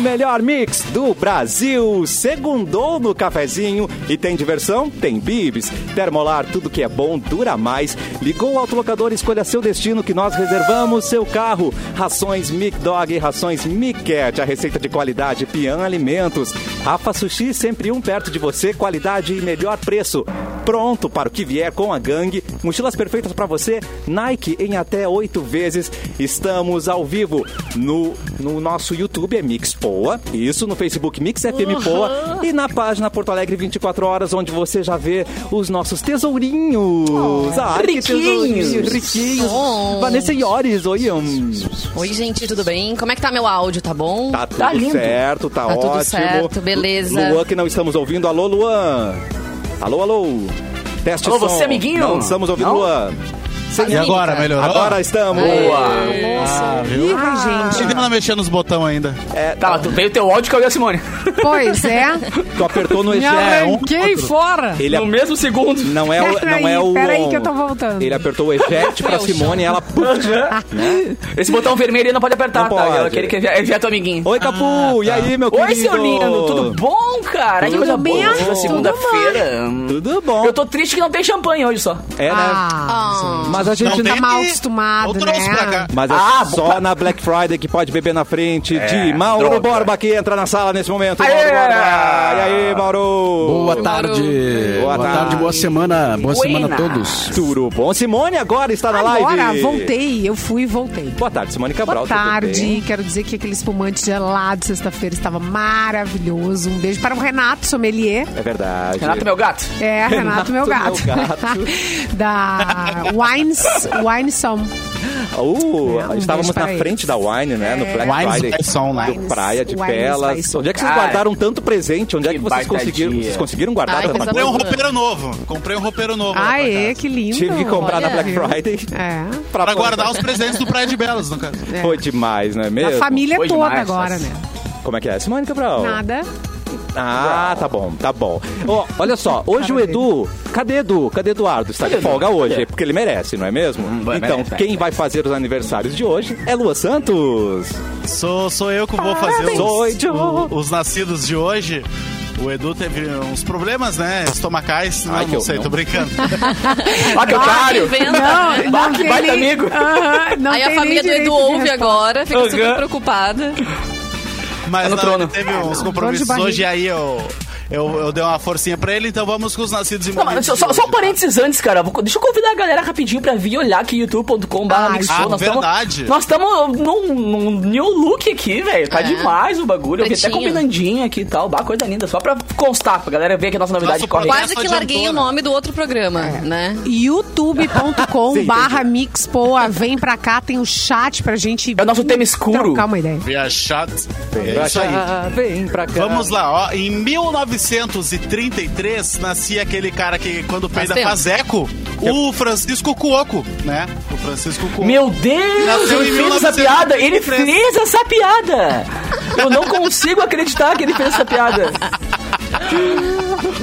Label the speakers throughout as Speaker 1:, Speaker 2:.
Speaker 1: melhor mix do Brasil. Segundou no cafezinho e tem diversão? Tem bibs. Termolar, tudo que é bom dura mais. Ligou o autolocador, escolha seu destino que nós reservamos seu carro. Rações Mic Dog, rações Mic Cat, a receita de qualidade Pian Alimentos. Rafa Sushi, sempre um perto de você, qualidade e melhor preço. Pronto para o que vier com a gangue. Mochilas perfeitas para você, Nike em até oito vezes. Estamos ao vivo no, no nosso YouTube, é Mix Poa. Isso, no Facebook Mix FM Poa. E na página Porto Alegre 24 Horas, onde você já vê os nossos tesourinhos. Ah, que
Speaker 2: riquinhos.
Speaker 1: tesourinhos, Riquinhos.
Speaker 3: Bons.
Speaker 1: Vanessa Iores, oi. hum.
Speaker 3: Oi, gente, tudo bem? Como é que tá meu áudio? Tá bom?
Speaker 1: Tá tudo
Speaker 2: Tá lindo.
Speaker 1: certo, tá,
Speaker 3: Tá tudo
Speaker 1: ótimo.
Speaker 3: certo, beleza.
Speaker 1: Luan que não estamos ouvindo. Alô, Luan. Alô, alô. Teste
Speaker 2: Alô,
Speaker 1: som.
Speaker 2: você, amiguinho?
Speaker 1: Não estamos ouvindo,
Speaker 2: Não?
Speaker 1: Luan.
Speaker 4: E
Speaker 5: tá.
Speaker 4: agora, melhorou?
Speaker 1: Agora estamos.
Speaker 4: Ah, viu?
Speaker 2: Ai,
Speaker 4: Achei que ela mexendo nos botões ainda.
Speaker 1: É,
Speaker 2: Tá, mas tu veio teu áudio que eu a Simone.
Speaker 5: Pois é.
Speaker 1: tu apertou no
Speaker 5: Me
Speaker 1: eject.
Speaker 5: arranquei fora.
Speaker 1: Ele
Speaker 2: No mesmo segundo.
Speaker 1: Não é o. Não é o
Speaker 5: Peraí,
Speaker 1: on.
Speaker 5: peraí que eu tô voltando.
Speaker 1: Ele apertou o eject pra Simone e ela.
Speaker 2: Esse botão vermelho aí não pode apertar,
Speaker 1: Não
Speaker 2: tá?
Speaker 1: pode.
Speaker 2: É Aquele que envia, envia teu amiguinho.
Speaker 1: Oi, Capu. E aí, meu querido?
Speaker 2: Oi, seu lindo, tudo bom, cara? que
Speaker 1: Tudo
Speaker 2: coisa
Speaker 5: bem,
Speaker 2: boa, hoje na
Speaker 5: tudo
Speaker 2: segunda-feira.
Speaker 1: Tudo bom.
Speaker 2: Eu tô triste que não tem champanhe hoje só.
Speaker 1: É, né?
Speaker 5: Ah,
Speaker 1: Mas a gente
Speaker 5: Não
Speaker 1: não
Speaker 5: tá mal acostumado,
Speaker 4: Eu trouxe
Speaker 5: né?
Speaker 4: pra cá.
Speaker 1: Mas é
Speaker 2: Ah, É,
Speaker 1: só na Black Friday que pode beber na frente de Mauro
Speaker 2: droga.
Speaker 1: Borba, que entra na sala nesse momento.
Speaker 2: Aê!
Speaker 1: Mauro Borba. E aí, Mauro?
Speaker 6: Boa tarde.
Speaker 1: Boa
Speaker 6: Boa,
Speaker 1: tarde.
Speaker 6: tarde, boa semana. Boa semana
Speaker 2: Buena.
Speaker 6: a todos.
Speaker 1: Tudo bom? Simone agora está na
Speaker 5: Agora,
Speaker 1: live.
Speaker 5: voltei. Eu fui e voltei.
Speaker 1: Boa tarde, Simone Cabral.
Speaker 5: Boa
Speaker 1: tudo bem?
Speaker 5: tarde. Quero dizer que aquele espumante gelado sexta-feira estava maravilhoso. Um beijo para o Renato Sommelier.
Speaker 1: É verdade.
Speaker 2: Renato, meu gato.
Speaker 5: É, Renato, meu gato.
Speaker 1: meu gato.
Speaker 5: da Wines, Winesom.
Speaker 1: Uh,
Speaker 5: É, um
Speaker 1: estávamos
Speaker 5: beijo
Speaker 1: na
Speaker 5: para
Speaker 1: frente
Speaker 5: eles.
Speaker 1: da Wine, né? No Black
Speaker 4: Wines
Speaker 1: Friday.
Speaker 4: by Som, né?
Speaker 1: Do Praia de
Speaker 5: Wines by
Speaker 1: Pelas.
Speaker 5: Som.
Speaker 1: Onde é que vocês
Speaker 2: Cara,
Speaker 1: guardaram tanto presente? Onde é que
Speaker 2: que
Speaker 1: vocês
Speaker 2: baita
Speaker 1: conseguiram,
Speaker 2: dia.
Speaker 1: vocês conseguiram guardar
Speaker 3: Ai,
Speaker 1: tanta
Speaker 3: coisa
Speaker 4: Comprei um
Speaker 1: coisa?
Speaker 3: boa.
Speaker 4: roupeiro novo. Comprei um roupeiro novo. lá pra
Speaker 5: é. Aê,
Speaker 4: casa.
Speaker 5: que lindo.
Speaker 1: Tive que comprar na
Speaker 3: Olha.
Speaker 1: Black Friday
Speaker 5: É.
Speaker 1: pra,
Speaker 4: Pra guardar os presentes do Praia de Belas, no caso.
Speaker 5: é.
Speaker 1: Foi demais, não é mesmo?
Speaker 5: A família
Speaker 2: Foi
Speaker 5: toda
Speaker 2: demais,
Speaker 5: agora,
Speaker 2: nossa.
Speaker 5: né?
Speaker 1: Como é que é, Simone Cabral?
Speaker 5: Nada.
Speaker 1: Ah, tá bom, tá bom. Ó, olha só, hoje o
Speaker 5: Cara dele.
Speaker 1: Edu. Cadê Edu? Cadê Eduardo? Está de
Speaker 2: Cadê Edu?
Speaker 1: folga hoje,
Speaker 2: Cadê?
Speaker 1: é porque ele merece, não é mesmo?
Speaker 2: vai,
Speaker 1: então,
Speaker 2: merece,
Speaker 1: quem vai fazer os aniversários de hoje é Lua Santos.
Speaker 4: Sou, sou eu que
Speaker 5: Ah,
Speaker 4: vou fazer os,
Speaker 1: Sou eu.
Speaker 4: o- os nascidos de hoje. O Edu teve uns problemas, né? Estomacais.
Speaker 1: Ai, que
Speaker 4: não, não Tá
Speaker 1: eu-
Speaker 4: sei,
Speaker 1: não.
Speaker 4: tô brincando.
Speaker 2: Ah, que otário.
Speaker 3: Inventa.
Speaker 2: Bah, que
Speaker 5: tem
Speaker 2: baita
Speaker 5: nem-
Speaker 2: amigo.
Speaker 5: Aham, não
Speaker 3: Aí
Speaker 5: tem
Speaker 3: a
Speaker 5: nem
Speaker 3: família do
Speaker 5: direito de
Speaker 3: Edu ouve
Speaker 5: resposta.
Speaker 3: agora,
Speaker 4: Uhum.
Speaker 3: fica
Speaker 2: Aham.
Speaker 3: super preocupada.
Speaker 4: Mas
Speaker 2: no
Speaker 4: não,
Speaker 2: trono.
Speaker 4: ele teve uns
Speaker 5: dor de
Speaker 4: compromissos
Speaker 5: barriga.
Speaker 4: hoje, aí eu, eu, eu dei uma forcinha pra ele, então vamos com os nascidos e
Speaker 2: Não, mas
Speaker 4: morridos
Speaker 2: só,
Speaker 4: de
Speaker 2: só- só um
Speaker 4: hoje, tá?
Speaker 2: parênteses antes, cara. Vou- Deixa eu convidar a galera rapidinho pra vir olhar aqui youtube.com.br.
Speaker 5: Ah,
Speaker 4: ah, verdade.
Speaker 2: Nós estamos num, num new look aqui, velho. Tá
Speaker 3: É.
Speaker 2: demais o bagulho. Eu vi até
Speaker 3: Pretinho.
Speaker 2: combinandinho aqui e tal. Bah, coisa linda. Só pra constar, pra galera ver que é a nossa novidade
Speaker 4: Nosso
Speaker 2: corre.
Speaker 4: programa-
Speaker 3: Quase
Speaker 4: só
Speaker 3: que larguei o
Speaker 4: adiantou, né?
Speaker 3: nome do outro programa,
Speaker 4: É.
Speaker 3: né?
Speaker 5: youtube.com barra mixpoa, vem pra cá, tem o chat pra gente
Speaker 2: É o nosso tema escuro.
Speaker 5: trocar uma ideia.
Speaker 4: Via chat. É
Speaker 1: Pra
Speaker 4: isso aí.
Speaker 1: cá, Vem pra cá.
Speaker 4: Vamos lá, ó. Em 1933 nascia aquele cara que quando peida
Speaker 3: tempo.
Speaker 4: faz eco, o Francisco Cuoco, né? O Francisco Cuoco.
Speaker 2: Meu Deus,
Speaker 4: Nasceu
Speaker 2: ele
Speaker 4: em
Speaker 2: fez essa
Speaker 4: 1933.
Speaker 2: piada! Ele fez essa piada! Eu não consigo acreditar que ele fez essa piada.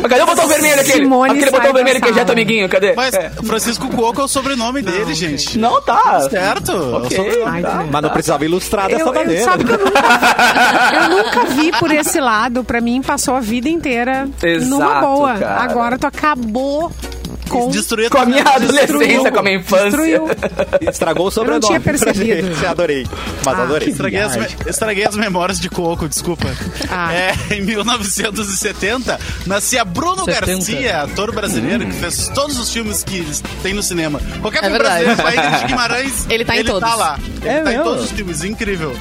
Speaker 2: Cadê o botão vermelho aquele?
Speaker 5: Simone
Speaker 2: aquele
Speaker 5: sai
Speaker 2: botão
Speaker 5: da
Speaker 2: vermelho que
Speaker 5: sala.
Speaker 2: ejeta o amiguinho, cadê?
Speaker 4: Mas
Speaker 2: É.
Speaker 4: Francisco Cuoco é o sobrenome dele, gente.
Speaker 2: Não tá.
Speaker 4: Certo?
Speaker 2: Ok.
Speaker 4: Eu sou-
Speaker 5: Ai, tá.
Speaker 2: Ah.
Speaker 1: Mas não precisava ilustrar
Speaker 2: É
Speaker 1: dessa
Speaker 5: Eu, eu,
Speaker 1: maneira.
Speaker 5: sabe que eu nunca, eu nunca vi por esse lado. Pra mim, passou a vida inteira numa
Speaker 2: Exato,
Speaker 5: boa.
Speaker 2: cara.
Speaker 5: Agora tu acabou com...
Speaker 4: Destruiu
Speaker 2: Com a minha adolescência,
Speaker 5: Destruiu.
Speaker 2: com a minha infância.
Speaker 5: Destruiu.
Speaker 1: Estragou o sobrenome.
Speaker 5: tinha
Speaker 1: pra
Speaker 5: percebido.
Speaker 1: gente. Adorei. Mas
Speaker 5: Ah,
Speaker 1: adorei.
Speaker 4: Estraguei as, me- estraguei as memórias de Coco, desculpa.
Speaker 5: Ah.
Speaker 4: É, em 1970, nascia Bruno
Speaker 2: 70.
Speaker 4: Garcia, ator brasileiro
Speaker 1: Hum.
Speaker 4: que fez todos os filmes que tem no cinema. Qualquer
Speaker 3: É
Speaker 4: filme
Speaker 3: verdade.
Speaker 4: brasileiro, vai em Guimarães,
Speaker 3: Ele tá em
Speaker 4: Tá
Speaker 3: todos.
Speaker 4: lá. Ele
Speaker 1: É
Speaker 4: tá em
Speaker 1: mesmo?
Speaker 4: todos os filmes, incrível.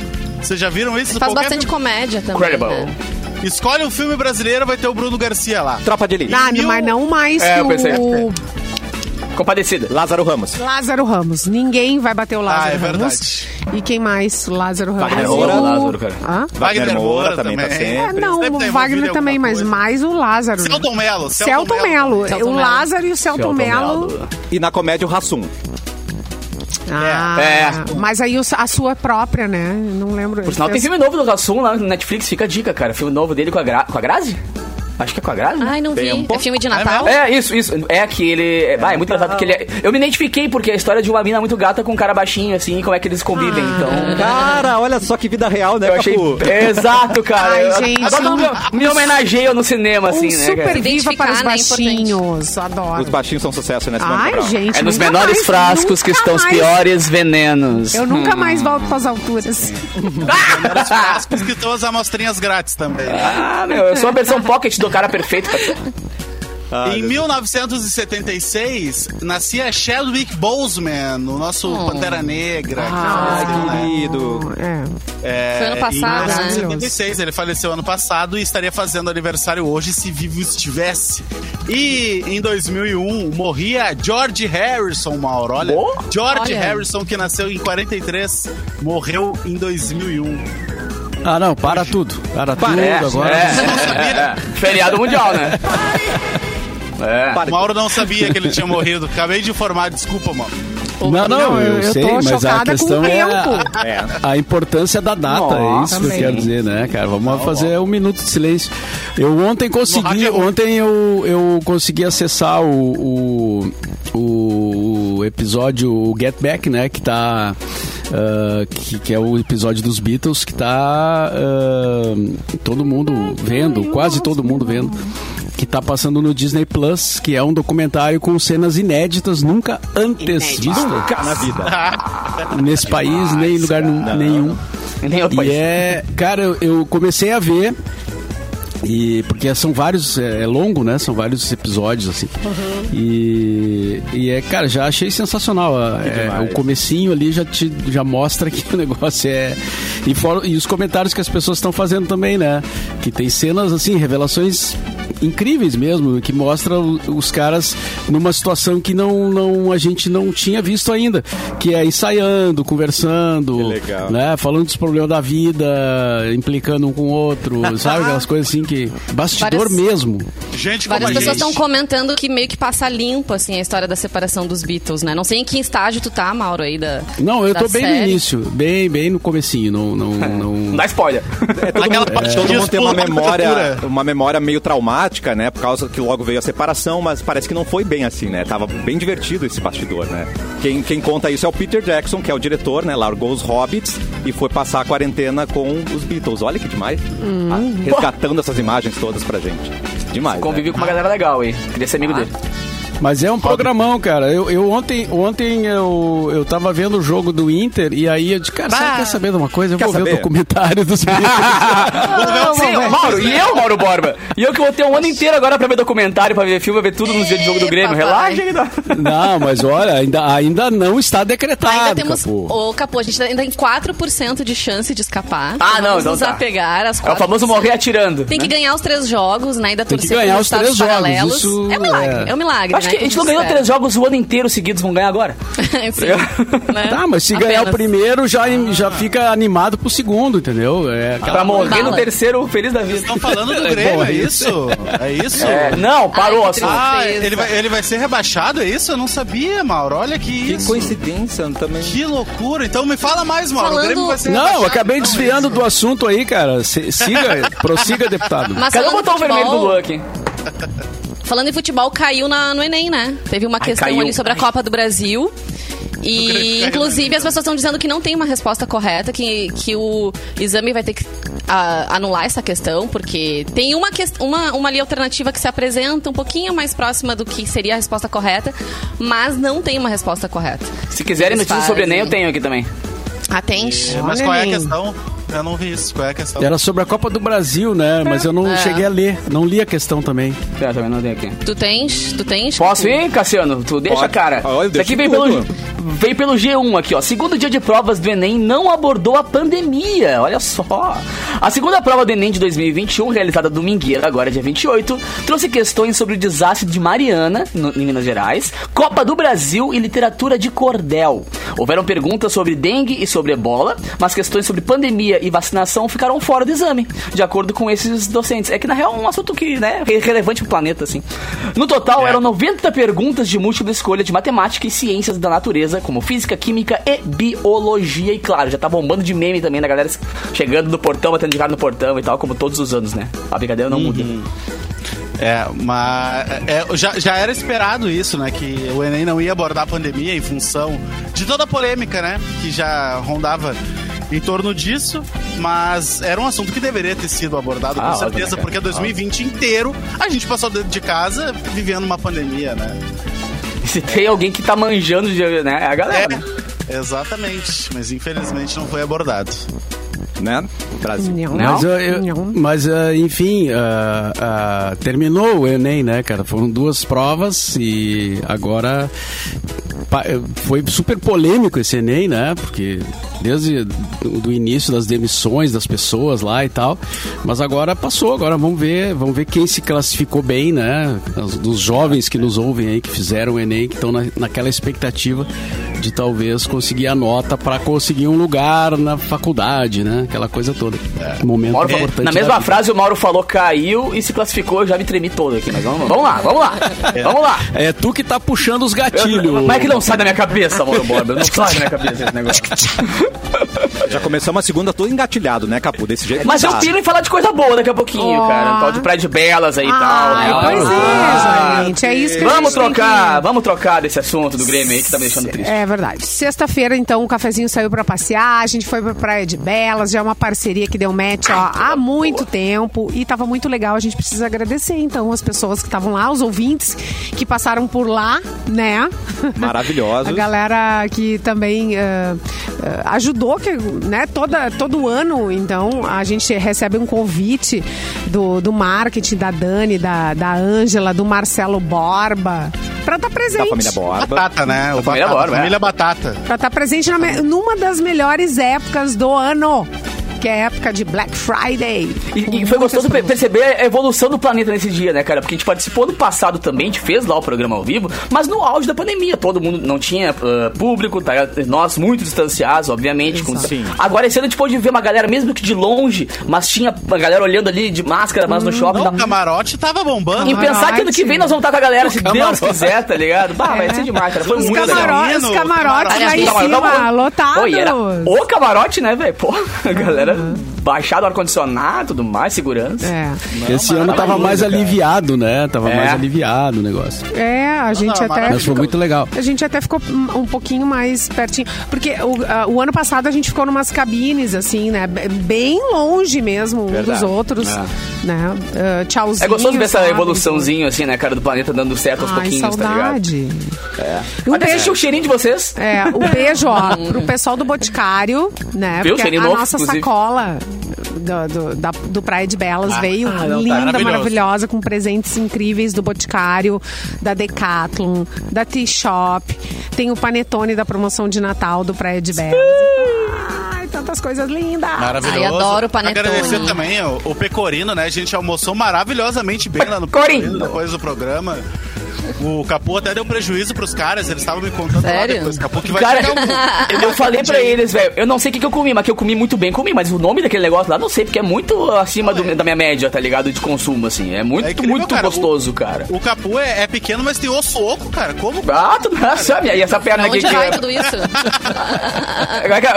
Speaker 4: Vocês já viram isso?
Speaker 3: Faz
Speaker 4: Qualquer
Speaker 3: bastante
Speaker 4: filme-
Speaker 3: comédia também.
Speaker 2: Incredible.
Speaker 3: né?
Speaker 4: Escolhe um filme brasileiro, vai ter o Bruno Garcia lá.
Speaker 1: Tropa de elite.
Speaker 5: Ah,
Speaker 4: Mil-
Speaker 5: mas não mais
Speaker 2: É, eu pensei.
Speaker 5: que o
Speaker 2: Compadecida.
Speaker 1: Lázaro Ramos.
Speaker 5: Lázaro Ramos. Ninguém vai bater o Lázaro
Speaker 4: Ah, é
Speaker 5: Ramos.
Speaker 4: verdade.
Speaker 5: E quem mais? Lázaro Ramos.
Speaker 1: Wagner
Speaker 5: O-
Speaker 1: Moura,
Speaker 2: Lázaro, cara.
Speaker 5: Hã?
Speaker 1: Wagner Moura também tá
Speaker 2: É,
Speaker 5: Ah,
Speaker 1: sempre.
Speaker 5: não,
Speaker 4: Deve estar
Speaker 5: o
Speaker 4: envolvido em
Speaker 5: Wagner
Speaker 4: alguma
Speaker 5: também, mas
Speaker 4: coisa.
Speaker 5: mais o Lázaro. né?
Speaker 4: Celton Mello.
Speaker 5: Celton Mello.
Speaker 3: Celton
Speaker 5: O
Speaker 3: Mello.
Speaker 5: Lázaro e o Celton Mello.
Speaker 1: E na comédia, o Rassum.
Speaker 5: Ah,
Speaker 2: É.
Speaker 5: Mas aí o- a sua própria, né? Não lembro.
Speaker 2: Por sinal, tem filme novo do Rassum lá no Netflix, fica a dica, cara. Filme novo dele com a, Gra com a Grazi? Acho que é com a Grazi? né?
Speaker 3: Ai, não
Speaker 4: um
Speaker 3: vi.
Speaker 1: Tempo.
Speaker 3: É filme de Natal?
Speaker 2: É, isso, isso. É que ele. É, ah, é muito engraçado porque ele. é- Eu me identifiquei porque é a história de uma mina muito gata com um cara baixinho, assim, e como é que eles convivem.
Speaker 5: Ah.
Speaker 2: Então.
Speaker 1: Cara, olha só que vida real, né,
Speaker 2: Eu achei.
Speaker 1: Capu?
Speaker 2: Exato, cara.
Speaker 5: Ai,
Speaker 2: Eu-
Speaker 5: gente,
Speaker 2: Agora
Speaker 5: um-
Speaker 2: me, me homenageiam no cinema, assim,
Speaker 5: um
Speaker 2: né?
Speaker 5: super
Speaker 2: cara?
Speaker 5: viva
Speaker 3: Identificar, né,
Speaker 5: para os
Speaker 3: é importante.
Speaker 5: baixinhos. Adoro.
Speaker 1: Os baixinhos são sucesso, né, Simone
Speaker 5: Ai,
Speaker 1: Cabral?
Speaker 5: gente.
Speaker 2: É nos
Speaker 5: nunca
Speaker 2: menores
Speaker 5: mais,
Speaker 2: frascos que
Speaker 5: nunca
Speaker 2: estão os
Speaker 5: mais.
Speaker 2: piores venenos.
Speaker 5: Eu nunca mais volto para as alturas.
Speaker 4: Aspas que estão as amostrinhas grátis também.
Speaker 2: Ah, meu, eu sou a versão pocket do cara perfeito.
Speaker 1: Ah,
Speaker 4: em 1976, nascia Chadwick Boseman, o nosso
Speaker 3: Oh.
Speaker 4: Pantera Negra. que
Speaker 3: Ah,
Speaker 4: faleceu, né?
Speaker 1: Querido.
Speaker 5: É.
Speaker 4: É,
Speaker 3: Foi ano passado,
Speaker 4: em
Speaker 3: né?
Speaker 4: 1976, ele faleceu ano passado e estaria fazendo aniversário hoje se vivo estivesse. E em 2001 morria George Harrison, Mauro. Olha,
Speaker 2: Oh?
Speaker 4: George
Speaker 3: Olha.
Speaker 4: Harrison, que nasceu em 43, morreu em 2001.
Speaker 6: Ah, não, para tudo. Para
Speaker 2: É,
Speaker 6: tudo agora.
Speaker 5: né?
Speaker 2: é, é. Feriado mundial, né? É.
Speaker 4: O Mauro não sabia que ele tinha morrido. Acabei de informar, desculpa, mano.
Speaker 6: Não, não, eu,
Speaker 5: eu
Speaker 6: sei,
Speaker 5: tô
Speaker 6: mas a
Speaker 5: chocada com o
Speaker 6: questão é
Speaker 5: tempo.
Speaker 6: a, a importância da data, é isso que eu
Speaker 5: também.
Speaker 6: quero dizer, né, cara? Vamos fazer um minuto de silêncio. Eu
Speaker 4: rock
Speaker 6: ontem
Speaker 1: é
Speaker 6: consegui,
Speaker 4: and roll.
Speaker 6: ontem eu, eu consegui acessar o, o, o episódio o Get Back, né, que tá... ah, que, que é o episódio dos Beatles que tá ah, todo mundo vendo, quase todo mundo vendo, que tá passando no Disney Plus, que é um documentário com cenas inéditas nunca antes
Speaker 5: Inéditas.
Speaker 6: vistas
Speaker 1: Nunca na vida.
Speaker 6: nesse país, nem em lugar nu- nenhum.
Speaker 2: Nem outro
Speaker 6: E
Speaker 2: país.
Speaker 6: é, cara, eu, eu comecei a ver. E, porque são vários, é, é longo, né? São vários episódios, assim. E, e é, cara, já achei sensacional. a- é, o comecinho ali já, te, já mostra que o negócio é. E, fora, e os comentários que as pessoas estão fazendo também, né? Que tem cenas, assim, revelações incríveis mesmo, que mostra o- os caras numa situação que não, não a gente não tinha visto ainda. Que é ensaiando, conversando,
Speaker 1: legal.
Speaker 6: né? Falando dos problemas da vida, implicando um com o outro, sabe? Aquelas coisas assim que. Bastidor
Speaker 3: Várias-
Speaker 6: mesmo.
Speaker 4: Gente, como
Speaker 3: Várias
Speaker 4: a
Speaker 3: pessoas
Speaker 4: gente...
Speaker 3: estão comentando que meio que passa limpo, assim, a história da separação dos Beatles, né? Não sei em que estágio tu tá, Mauro, aí da.
Speaker 6: Não, eu
Speaker 3: da
Speaker 6: tô bem no
Speaker 3: série.
Speaker 6: início, bem, bem no comecinho. Não, não,
Speaker 2: Não
Speaker 6: não...
Speaker 2: dá spoiler.
Speaker 1: É, todo
Speaker 4: Aquela
Speaker 1: mundo,
Speaker 4: parte
Speaker 1: todo
Speaker 4: que
Speaker 1: mundo tem uma
Speaker 4: explora a
Speaker 1: memória,
Speaker 4: cultura.
Speaker 1: uma memória meio traumática, né? Por causa que logo veio a separação, mas parece que não foi bem assim, né? Tava bem divertido esse bastidor, né? Quem, quem conta isso é o Peter Jackson, que é o diretor, né? Largou os Hobbits e foi passar a quarentena com os Beatles. Olha que demais.
Speaker 2: Hum.
Speaker 1: Ah, resgatando essas imagens todas pra gente. Demais.
Speaker 2: Convivi
Speaker 1: né?
Speaker 2: com uma galera legal aí. Queria ser amigo dele.
Speaker 6: Mas é um programão, cara. Eu, eu ontem, ontem eu, eu tava vendo o jogo do Inter e aí eu disse, cara, sabe, quer saber de uma coisa? Eu
Speaker 1: Quer
Speaker 6: vou ver
Speaker 1: saber?
Speaker 6: o documentário dos Beatles.
Speaker 2: Sim, o Mauro, e eu, Mauro Borba? E eu que vou ter um ano inteiro agora pra ver documentário, pra ver filme, pra ver tudo nos dias de jogo do
Speaker 3: Ih,
Speaker 2: Grêmio.
Speaker 3: papai.
Speaker 2: Relaxa, ainda.
Speaker 6: não, mas olha, ainda, ainda não está decretado,
Speaker 3: Ainda temos.
Speaker 6: Capu.
Speaker 3: Ô, capô, a gente ainda tem 4% de chance de escapar.
Speaker 2: Ah, não,
Speaker 3: Vamos
Speaker 2: então
Speaker 3: nos
Speaker 2: tá.
Speaker 3: apegar às
Speaker 2: É o famoso
Speaker 3: 4%.
Speaker 2: morrer atirando.
Speaker 3: Tem que
Speaker 2: né?
Speaker 3: ganhar os três jogos, né? Ainda
Speaker 6: Tem que
Speaker 3: torcer
Speaker 6: ganhar
Speaker 3: pelos
Speaker 6: os três
Speaker 3: estados
Speaker 6: jogos,
Speaker 3: paralelos.
Speaker 6: isso
Speaker 3: é um milagre,
Speaker 6: é.
Speaker 3: é, um milagre.
Speaker 2: Acho
Speaker 3: né,
Speaker 2: que a gente não ganhou
Speaker 3: espera.
Speaker 2: três jogos o ano inteiro seguidos, vão ganhar agora.
Speaker 3: Sim, né?
Speaker 6: Tá, mas se ganhar o
Speaker 3: Apenas.
Speaker 6: primeiro, já,
Speaker 1: Ah.
Speaker 6: já fica animado pro segundo, entendeu? É aquela
Speaker 2: pra morrer no
Speaker 3: bala.
Speaker 2: terceiro, feliz da vida.
Speaker 4: Estão falando do Grêmio,
Speaker 6: Bom,
Speaker 4: é
Speaker 6: é
Speaker 4: isso? É isso?
Speaker 2: É, não, parou.
Speaker 3: Ai,
Speaker 2: assim.
Speaker 3: que
Speaker 4: Ah,
Speaker 3: Tristeza.
Speaker 4: ele vai, ele vai ser rebaixado, é isso? Eu não sabia, Mauro. Olha que
Speaker 1: Que
Speaker 4: isso.
Speaker 1: coincidência eu também.
Speaker 4: Que loucura. Então me fala mais, Mauro. O
Speaker 3: Falando-
Speaker 4: Grêmio vai ser
Speaker 6: Não,
Speaker 4: rebaixado.
Speaker 6: eu acabei desviando do assunto aí, cara. Se- Siga, prossiga, deputado.
Speaker 3: Mas
Speaker 2: Cadê o
Speaker 3: falando em
Speaker 2: botão vermelho do
Speaker 3: futebol,
Speaker 2: Luan aqui?
Speaker 3: Falando em futebol, caiu na- no Enem, né? Teve uma questão
Speaker 2: caiu.
Speaker 3: ali sobre a Copa do Brasil. E,
Speaker 4: Caiu,
Speaker 3: inclusive,
Speaker 4: né?
Speaker 3: as pessoas estão dizendo que não tem uma resposta correta, que, que o exame vai ter que ah, anular essa questão, porque tem uma, ques- uma, uma ali alternativa que se apresenta um pouquinho mais próxima do que seria a resposta correta, mas não tem uma resposta correta.
Speaker 2: Se quiserem
Speaker 3: Eles
Speaker 2: notícias sobre Enem, eu
Speaker 3: fazem.
Speaker 2: tenho aqui também.
Speaker 3: Atente.
Speaker 4: Mas
Speaker 5: Olha
Speaker 4: qual é a
Speaker 5: aí.
Speaker 4: questão? Eu não vi isso. Qual é a questão?
Speaker 6: Era sobre a Copa do Brasil, né? Mas eu não
Speaker 3: É.
Speaker 6: cheguei a ler. Não li a questão também.
Speaker 2: Eu também não tenho aqui.
Speaker 3: Tu tens? Tu tens?
Speaker 2: Posso ir, Cassiano? Tu deixa,
Speaker 1: Pode.
Speaker 2: cara.
Speaker 1: Olha,
Speaker 2: Isso
Speaker 1: deixa
Speaker 2: aqui vem pelo,
Speaker 1: tudo.
Speaker 2: vem pelo G1 aqui, ó. Segundo dia de provas do Enem não abordou a pandemia. Olha só. A segunda prova do Enem de 2021, realizada domingueira, agora dia 28, trouxe questões sobre o desastre de Mariana, no- em Minas Gerais, Copa do Brasil e literatura de cordel. Houveram perguntas sobre dengue e sobre ebola, mas questões sobre pandemia e vacinação ficaram fora do exame, de acordo com esses docentes. É que, na real, é um assunto que, né, é relevante pro planeta, assim. No total, eram 90 perguntas de múltipla escolha de matemática e ciências da natureza, como física, química e biologia. E, claro, já tá bombando de meme também, da galera chegando no portão, batendo de cara no portão e tal, como todos os anos, né? A brincadeira não muda.
Speaker 4: É, mas é, já, já era esperado isso, né? Que o Enem não ia abordar a pandemia em função de toda a polêmica, né? Que já rondava em torno disso, mas era um assunto que deveria ter sido abordado,
Speaker 2: Ah,
Speaker 4: com
Speaker 2: óbvio,
Speaker 4: certeza,
Speaker 2: né, cara?
Speaker 4: porque 2020 inteiro a gente passou dentro de casa vivendo uma pandemia, né?
Speaker 2: Se tem alguém que tá manjando, de- né? É a galera. né?
Speaker 4: É, exatamente, mas infelizmente não foi abordado.
Speaker 1: Né? Brasil.
Speaker 6: Mas,
Speaker 5: né?
Speaker 6: eu- eu-
Speaker 5: Não.
Speaker 6: mas, ah, enfim, ah, ah, terminou o Enem, né, cara? Foram duas provas e agora pa- eh, foi super polêmico esse Enem, né? Porque desde do do início das demissões das pessoas lá e tal. Mas agora passou, agora vamos ver, vamos ver quem se classificou bem, né? As- Dos jovens que nos ouvem aí, que fizeram o Enem, que estão na- naquela expectativa de talvez conseguir a nota para conseguir um lugar na faculdade, né? Aquela coisa toda. Momento
Speaker 2: Mauro falou-
Speaker 6: importante.
Speaker 2: É. na
Speaker 6: né, da
Speaker 2: mesma
Speaker 6: vida.
Speaker 2: frase, o Mauro falou caiu e se classificou. Eu já me tremi todo aqui, mas vamos, vamos lá, vamos lá. Vamos lá.
Speaker 6: É tu que tá puxando os
Speaker 2: Eu,
Speaker 6: gatilhos.
Speaker 2: como é que não sai da minha cabeça, Mauro Borba? Não sai da minha cabeça esse negócio.
Speaker 1: Já começou uma segunda todo engatilhado, né, Capu? Desse jeito.
Speaker 2: Mas
Speaker 1: não
Speaker 2: eu
Speaker 1: dá.
Speaker 2: piro em falar de coisa boa daqui a pouquinho,
Speaker 5: Ó.
Speaker 2: cara. Um tal de Praia de Belas aí e tal.
Speaker 5: Ai,
Speaker 2: né?
Speaker 5: pois
Speaker 2: Ah,
Speaker 5: é, gente. É isso que a
Speaker 2: Vamos
Speaker 5: gente tem que-
Speaker 2: trocar, vamos trocar desse assunto do Grêmio aí que tá me deixando triste.
Speaker 5: É verdade. Sexta-feira, então, o cafezinho saiu pra passear, a gente foi pra Praia de Belas, já é uma parceria que deu match ó, há muito tempo e tava muito legal. A gente precisa agradecer, então, as pessoas que estavam lá, os ouvintes que passaram por lá, né?
Speaker 1: Maravilhosos.
Speaker 5: A galera que também eh, eh, ajudou, que, né, toda, todo ano, então, a gente recebe um convite do, do marketing, da Dani, da da Ângela, do Marcelo Borba, pra estar presente.
Speaker 1: Da
Speaker 2: é
Speaker 1: família Borba.
Speaker 4: Batata, né? O
Speaker 2: família
Speaker 4: batata,
Speaker 2: Borba,
Speaker 4: família
Speaker 2: é.
Speaker 4: Batata.
Speaker 5: Pra estar presente na me- numa das melhores épocas do ano, que é a época de Black Friday. Com
Speaker 2: E, e
Speaker 5: muitas
Speaker 2: foi gostoso per-
Speaker 5: promoções.
Speaker 2: perceber a evolução do planeta nesse dia, né, cara? Porque a gente participou no passado também, a gente fez lá o programa ao vivo, mas no auge da pandemia, todo mundo não tinha ah, público, tá? nós muito distanciados, obviamente. com-
Speaker 1: Sim.
Speaker 2: Agora esse ano a gente pôde ver uma galera, mesmo que de longe, mas tinha a galera olhando ali de máscara, mas no shopping. tá?
Speaker 4: Não, o camarote tava bombando. né?
Speaker 2: E pensar que ano que vem nós vamos estar com a galera, se Deus
Speaker 6: camarote.
Speaker 2: quiser, tá ligado? Bah, vai ser demais, cara. Foi
Speaker 5: É. Os,
Speaker 2: muito legal.
Speaker 5: camaro...
Speaker 4: legal.
Speaker 5: Os
Speaker 4: Menino,
Speaker 5: camarotes lá em
Speaker 2: Aliás, o camarão-
Speaker 5: cima, lotados. Uhum.
Speaker 2: Oi, era o camarote, né, velho? Pô, a galera baixado, ar-condicionado, tudo mais, segurança.
Speaker 5: É.
Speaker 6: Esse ano tava
Speaker 2: maravilhoso,
Speaker 6: mais
Speaker 2: cara.
Speaker 6: aliviado, né? Tava
Speaker 2: É.
Speaker 6: mais aliviado o negócio.
Speaker 5: é, a gente
Speaker 4: não,
Speaker 5: até...
Speaker 6: Mas foi muito legal.
Speaker 5: A gente até ficou um- um pouquinho mais pertinho. Porque o, ah, o ano passado a gente ficou numas cabines, assim, né? b- Bem longe mesmo um
Speaker 1: Verdade.
Speaker 5: dos outros. Né? Ah, tchauzinho.
Speaker 2: É gostoso ver essa
Speaker 5: sabe?
Speaker 2: evoluçãozinho, assim, né, cara, do planeta dando certo aos
Speaker 5: Ai,
Speaker 2: pouquinhos, tá ligado? assim,
Speaker 5: saudade. É. Um
Speaker 2: Até
Speaker 5: beijo
Speaker 2: sentir o cheirinho de vocês.
Speaker 5: É, um beijo, ó, pro pessoal do Boticário, né?
Speaker 2: Viu?
Speaker 5: Porque
Speaker 2: Seria
Speaker 5: a
Speaker 2: novo,
Speaker 5: nossa
Speaker 2: inclusive.
Speaker 5: sacola do, do, da- do Praia de Belas veio
Speaker 2: ah, não, tá
Speaker 5: linda,
Speaker 4: maravilhoso.
Speaker 5: maravilhosa, com presentes incríveis do Boticário, da Decathlon, da T-Shop. Tem o Panetone da promoção de Natal do Praia de Belas. Ai, tantas coisas lindas.
Speaker 4: Maravilhoso.
Speaker 3: Ai, adoro o panetone.
Speaker 4: Agradecer também o, o Pecorino, né? A gente almoçou maravilhosamente bem lá no
Speaker 2: Pecorino.
Speaker 4: depois do programa. O Capu até deu prejuízo pros caras, eles estavam me contando
Speaker 3: Sério?
Speaker 4: lá depois. Capu que vai
Speaker 2: Cara,
Speaker 4: te dar um-
Speaker 5: Ah,
Speaker 2: eu, eu falei pra eles, velho, eu não sei o que, que eu comi, mas que eu comi muito bem, comi, mas o nome daquele negócio lá, não sei, porque é muito acima do- da minha média, tá ligado? De consumo, assim. É muito,
Speaker 4: É incrível,
Speaker 2: muito
Speaker 4: cara, o-
Speaker 2: gostoso, cara.
Speaker 4: O Capu é, é pequeno, mas tem osso oco, cara. Como?
Speaker 2: Ah, tu não sabe? E essa perna aqui
Speaker 3: Onde
Speaker 2: que
Speaker 3: vai
Speaker 2: é...
Speaker 3: tudo isso?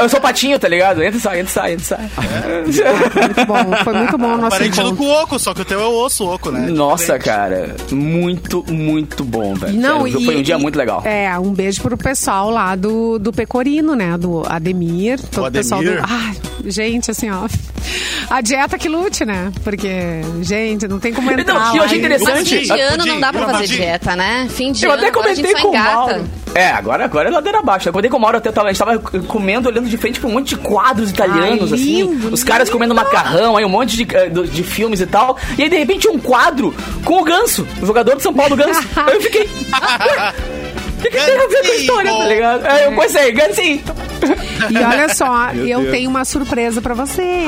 Speaker 2: Eu sou patinho, tá ligado? Entra e sai, entra e sai, entra e É? sai.
Speaker 5: Muito bom, foi muito bom o nosso
Speaker 4: Parente do
Speaker 5: encontro.
Speaker 4: cu oco, só que o teu é o osso oco, né?
Speaker 2: Nossa,
Speaker 4: Diferente.
Speaker 2: cara. Muito, muito bom, velho.
Speaker 5: Não,
Speaker 2: Sério, foi um dia muito legal.
Speaker 5: É, um beijo pro pessoal lá do, do Pecorino, né? Do Ademir. Todo
Speaker 4: O
Speaker 5: o pessoal do.
Speaker 4: Ademir.
Speaker 5: Ai, gente, assim, ó. A dieta que lute, né? Porque, gente, não tem como entrar.
Speaker 2: que eu
Speaker 5: lá
Speaker 2: achei
Speaker 5: e-
Speaker 2: interessante.
Speaker 3: Mas fim de
Speaker 4: Pudim,
Speaker 3: ano não dá pra
Speaker 4: pudim.
Speaker 3: fazer dieta, né? Fim de
Speaker 2: Eu
Speaker 3: ano,
Speaker 2: até
Speaker 3: agora a
Speaker 2: comentei
Speaker 3: gente só
Speaker 2: com o Mauro.
Speaker 3: engata.
Speaker 2: É, agora, agora é ladeira abaixo. Eu comentei com o Mauro até, eu tava, a gente tava comendo, olhando de frente pra um monte de quadros italianos,
Speaker 5: Ai, lindo,
Speaker 2: assim. Os caras comendo macarrão, aí um monte de, eh, do- de filmes e tal. E aí, de repente, um quadro com o Ganso, o jogador de São Paulo, Ganso. aí eu fiquei... "Ah, O que, que tem a ver com a história, tá ligado? É, eu comecei, Gansinho.
Speaker 5: E olha só,
Speaker 1: Meu
Speaker 5: eu
Speaker 1: Deus.
Speaker 5: tenho uma surpresa pra vocês.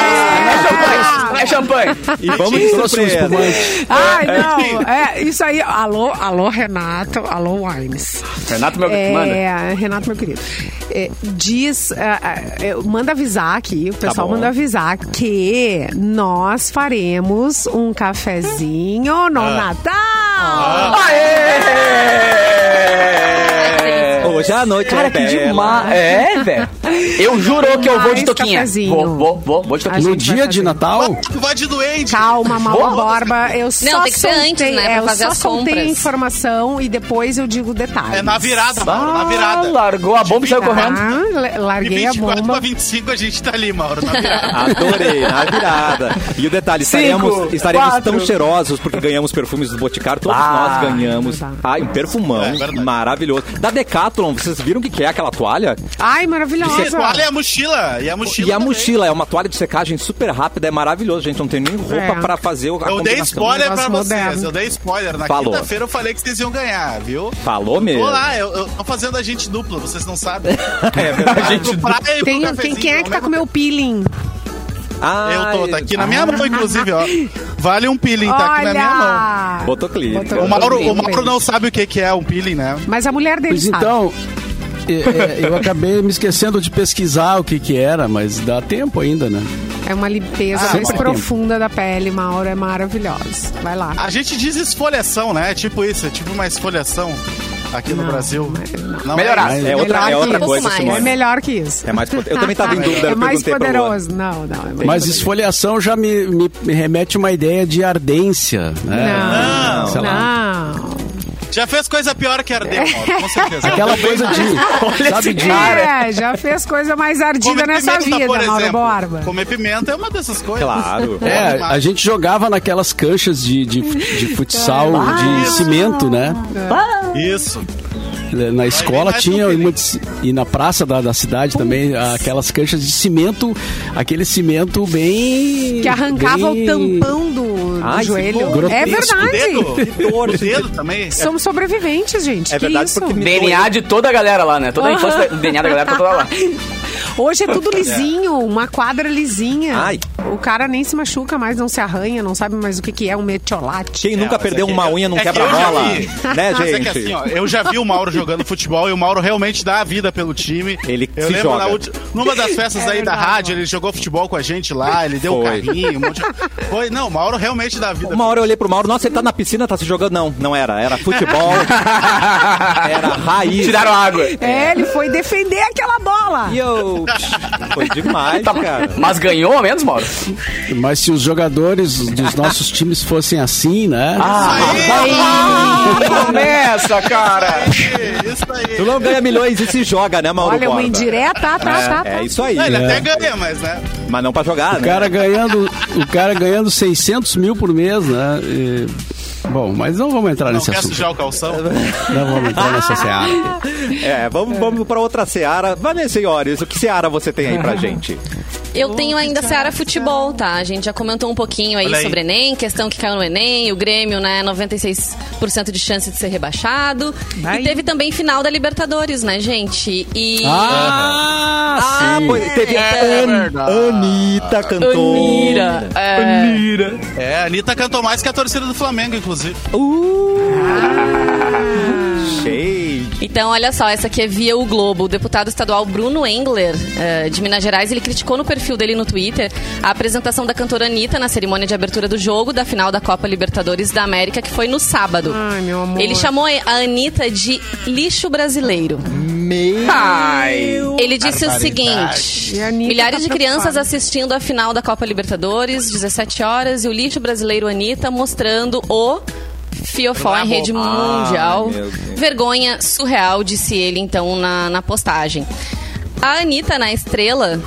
Speaker 2: Ah, é champanhe, é champanhe.
Speaker 1: E vamos de
Speaker 6: Trouxe um
Speaker 1: surpresa.
Speaker 6: espumante.
Speaker 5: Ai, não. É, isso aí. Alô, alô, Renato. Alô, Wines.
Speaker 2: Renato, meu...
Speaker 5: É,
Speaker 2: Mano,
Speaker 5: Renato, meu querido. É, diz. ah, ah, é, manda avisar aqui, o
Speaker 4: Tá
Speaker 5: pessoal
Speaker 1: bom.
Speaker 5: manda avisar que nós faremos um cafezinho
Speaker 4: Ah.
Speaker 5: no
Speaker 2: Aê!
Speaker 5: Natal.
Speaker 3: Ai, que delícia.
Speaker 1: Hoje à noite
Speaker 2: Cara,
Speaker 1: é
Speaker 2: que
Speaker 1: bela.
Speaker 2: demais. É, velho. Eu juro que eu vou de
Speaker 5: Mais
Speaker 2: toquinha.
Speaker 5: cafezinho.
Speaker 2: Vou, vou, vou, vou de
Speaker 5: A
Speaker 2: toquinha.
Speaker 6: No
Speaker 5: gente vai
Speaker 6: dia de
Speaker 5: fazer.
Speaker 6: Natal,
Speaker 4: Tu vai de doente.
Speaker 5: Calma, Mauro
Speaker 2: Boa.
Speaker 5: Borba. Eu só
Speaker 3: tem que ser
Speaker 5: soltei-
Speaker 3: antes, né, pra
Speaker 5: é, eu
Speaker 3: fazer
Speaker 5: só
Speaker 3: as
Speaker 5: soltei a
Speaker 3: compras.
Speaker 5: informação e depois eu digo detalhes.
Speaker 4: É na virada, Mauro, na
Speaker 2: Ah,
Speaker 4: virada.
Speaker 2: largou a bomba e saiu
Speaker 5: Tá?
Speaker 2: correndo.
Speaker 5: Le-
Speaker 4: De
Speaker 5: Larguei a
Speaker 4: 24 pra
Speaker 5: bomba.
Speaker 4: 25 a gente tá ali, Mauro, na virada.
Speaker 1: Adorei, na virada. E o detalhe, estaremos, estaremos
Speaker 2: quatro.
Speaker 1: tão cheirosos porque ganhamos perfumes do Boticário. Todos
Speaker 2: Ah,
Speaker 1: nós ganhamos.
Speaker 5: verdade.
Speaker 1: Ai, um perfumão
Speaker 4: É verdade.
Speaker 1: maravilhoso. Da Decathlon, vocês viram o que que é aquela toalha?
Speaker 5: Ai,
Speaker 1: Isso
Speaker 5: maravilhosa.
Speaker 4: Olha a mochila. E a mochila.
Speaker 1: e a
Speaker 4: também.
Speaker 1: mochila é uma toalha de secagem super rápida, é maravilhoso, gente. Não tem nem roupa
Speaker 5: É.
Speaker 1: pra fazer a
Speaker 4: Eu dei
Speaker 1: combinação.
Speaker 4: spoiler pra
Speaker 5: negócio
Speaker 4: vocês.
Speaker 5: moderno.
Speaker 4: Eu dei spoiler. Na
Speaker 1: Falou.
Speaker 4: quinta-feira eu falei que vocês iam ganhar, viu?
Speaker 1: Falou
Speaker 2: É.
Speaker 1: mesmo.
Speaker 4: Tô lá, eu, eu tô fazendo a gente dupla, vocês não sabem.
Speaker 1: É verdade.
Speaker 4: gente praia e
Speaker 5: Tem,
Speaker 4: pro
Speaker 5: tem- quem é que tá
Speaker 4: um cafezinho, né?
Speaker 5: com o meu peeling?
Speaker 1: Ah,
Speaker 4: Eu tô, tá aqui na minha mão, inclusive, ó. Vale um peeling, tá aqui na minha mão.
Speaker 5: Olha!
Speaker 1: Botou clínica.
Speaker 5: Botou
Speaker 4: O Mauro,
Speaker 5: clínica.
Speaker 4: o Mauro não sabe o que que é um peeling, né?
Speaker 5: Mas a mulher dele
Speaker 6: Pois
Speaker 5: sabe.
Speaker 6: então, é, é, eu acabei me esquecendo de pesquisar o que que era, mas dá tempo ainda, né?
Speaker 5: É uma limpeza
Speaker 4: Ah,
Speaker 5: mais
Speaker 4: bom.
Speaker 5: profunda da pele, Mauro. É maravilhosa. Vai lá.
Speaker 1: Ah,
Speaker 4: A gente diz esfoliação, né? É tipo isso, é tipo uma esfoliação aqui no
Speaker 5: Não,
Speaker 4: Brasil. Não
Speaker 2: Melhorar.
Speaker 4: isso.
Speaker 1: É outra, é
Speaker 5: Melhor
Speaker 1: outra
Speaker 5: que
Speaker 1: coisa,
Speaker 3: isso.
Speaker 5: É
Speaker 1: Simone.
Speaker 5: melhor que isso.
Speaker 1: É mais poder- Eu também tava em dúvida,
Speaker 5: É
Speaker 1: eu
Speaker 5: mais
Speaker 1: perguntei pra Luana.
Speaker 5: poderoso. Não, não. é mais
Speaker 6: Mas
Speaker 5: poderoso.
Speaker 6: esfoliação já me, me- me remete a uma ideia de ardência, né?
Speaker 5: Não,
Speaker 6: Sei lá.
Speaker 5: não.
Speaker 4: Já fez coisa pior que arder, Mauro, com certeza.
Speaker 6: Aquela coisa de. sabe, de
Speaker 5: É, já fez coisa mais
Speaker 1: é
Speaker 5: ardida nessa
Speaker 1: tá,
Speaker 5: vida, Mauro Borba.
Speaker 4: Comer pimenta é uma dessas coisas.
Speaker 1: Claro.
Speaker 6: É, a gente jogava naquelas canchas de, de, de futsal, de cimento, né?
Speaker 4: Isso.
Speaker 6: Na escola
Speaker 4: mais
Speaker 6: tinha
Speaker 4: um
Speaker 6: e
Speaker 4: filho.
Speaker 6: muitos- e na praça da, da cidade também aquelas canchas de cimento, aquele cimento bem.
Speaker 5: Que arrancava
Speaker 6: bem-
Speaker 5: o tampão do, do
Speaker 1: Ai, que
Speaker 5: joelho.
Speaker 6: grotesco.
Speaker 5: É
Speaker 4: O dedo,
Speaker 5: verdade.
Speaker 4: o dedo também.
Speaker 5: Somos sobreviventes, gente.
Speaker 1: É
Speaker 5: que
Speaker 1: verdade,
Speaker 5: isso?
Speaker 1: porque me
Speaker 2: DNA de toda a galera lá, né? Toda a infância do DNA da galera tá toda lá.
Speaker 5: Hoje é tudo lisinho, uma quadra lisinha.
Speaker 1: Ai.
Speaker 5: O cara nem se machuca mais, não se arranha, não sabe mais o que, que é um metiolate.
Speaker 1: Quem nunca
Speaker 4: mas
Speaker 1: perdeu
Speaker 4: é que-
Speaker 1: uma unha num
Speaker 4: é que eu já
Speaker 1: quebra-mola?
Speaker 4: vi.
Speaker 1: Né,
Speaker 4: Mas é que
Speaker 1: gente?
Speaker 4: assim, ó, eu já vi o Mauro jogando futebol e o Mauro realmente dá a vida pelo time.
Speaker 1: Ele
Speaker 4: eu
Speaker 1: se
Speaker 4: lembro
Speaker 1: joga.
Speaker 4: na ulti- numa das festas
Speaker 5: É
Speaker 4: aí da
Speaker 5: verdade,
Speaker 4: rádio,
Speaker 5: Mauro.
Speaker 4: ele jogou futebol com a gente lá, ele deu um
Speaker 1: Foi.
Speaker 4: carrinho, um monte de... Foi, não, o Mauro realmente dá a vida.
Speaker 1: Uma hora eu olhei pro Mauro, nossa, ele tá na piscina, tá se jogando. Não, não era. Era futebol. era raiz.
Speaker 2: Tiraram a água.
Speaker 5: É, ele foi defender aquela bola.
Speaker 1: E eu. Foi demais,
Speaker 4: Tá
Speaker 1: cara.
Speaker 2: Tá Mas ganhou ao menos, Mauro?
Speaker 6: Mas se os jogadores dos nossos times fossem assim, né?
Speaker 4: Ah,
Speaker 2: Começa, cara!
Speaker 4: Isso
Speaker 1: Tu
Speaker 4: aí.
Speaker 1: não ganha milhões e se joga, né, Mauro?
Speaker 5: Olha, uma
Speaker 1: Borba?
Speaker 5: indireta, tá, tá, tá.
Speaker 1: É, é isso aí.
Speaker 4: Não, ele até ganha, mas né?
Speaker 1: Mas não pra jogar,
Speaker 6: O
Speaker 1: né?
Speaker 6: cara ganhando, o cara ganhando 600 mil por mês, né? E- bom, mas não vamos entrar
Speaker 4: Não
Speaker 6: nesse
Speaker 4: quer
Speaker 6: assunto.
Speaker 4: sujar o calção.
Speaker 6: Não vamos entrar nessa seara.
Speaker 1: É, vamos, vamos pra outra seara. Vanessa senhores, o que seara você tem aí pra gente?
Speaker 3: Eu tenho ainda Seara Futebol, tá? A gente já comentou um pouquinho aí,
Speaker 4: Olha aí.
Speaker 3: sobre Enem, questão que caiu no Enem, o Grêmio, né, 96% de chance de ser rebaixado.
Speaker 5: Vai.
Speaker 3: E teve também final da Libertadores, né, gente? E
Speaker 6: Ah,
Speaker 1: Ah,
Speaker 6: sim.
Speaker 1: pois, teve
Speaker 3: É
Speaker 1: An Anitta cantou.
Speaker 3: Anira, é.
Speaker 1: Anira.
Speaker 4: É, a Anitta cantou mais que a torcida do Flamengo, inclusive.
Speaker 1: Cheio.
Speaker 3: Então, olha só, essa aqui é via o Globo. O deputado estadual Bruno Engler, eh, de Minas Gerais, ele criticou no perfil dele no Twitter a apresentação da cantora Anitta na cerimônia de abertura do jogo da final da Copa Libertadores da América, que foi no sábado.
Speaker 5: Ai, meu amor.
Speaker 3: Ele chamou a Anitta de lixo brasileiro.
Speaker 2: Ai!
Speaker 3: Ele disse o
Speaker 4: barbaridade.
Speaker 3: seguinte:
Speaker 5: E a Anitta
Speaker 3: milhares
Speaker 5: tá
Speaker 3: de crianças
Speaker 5: preocupada.
Speaker 3: assistindo a final da Copa Libertadores, 17 horas, e o lixo brasileiro Anitta mostrando o. Fiofó em rede mundial.
Speaker 1: é meu Deus.
Speaker 3: Vergonha surreal, disse ele então na, na postagem. A Anitta, na estrela,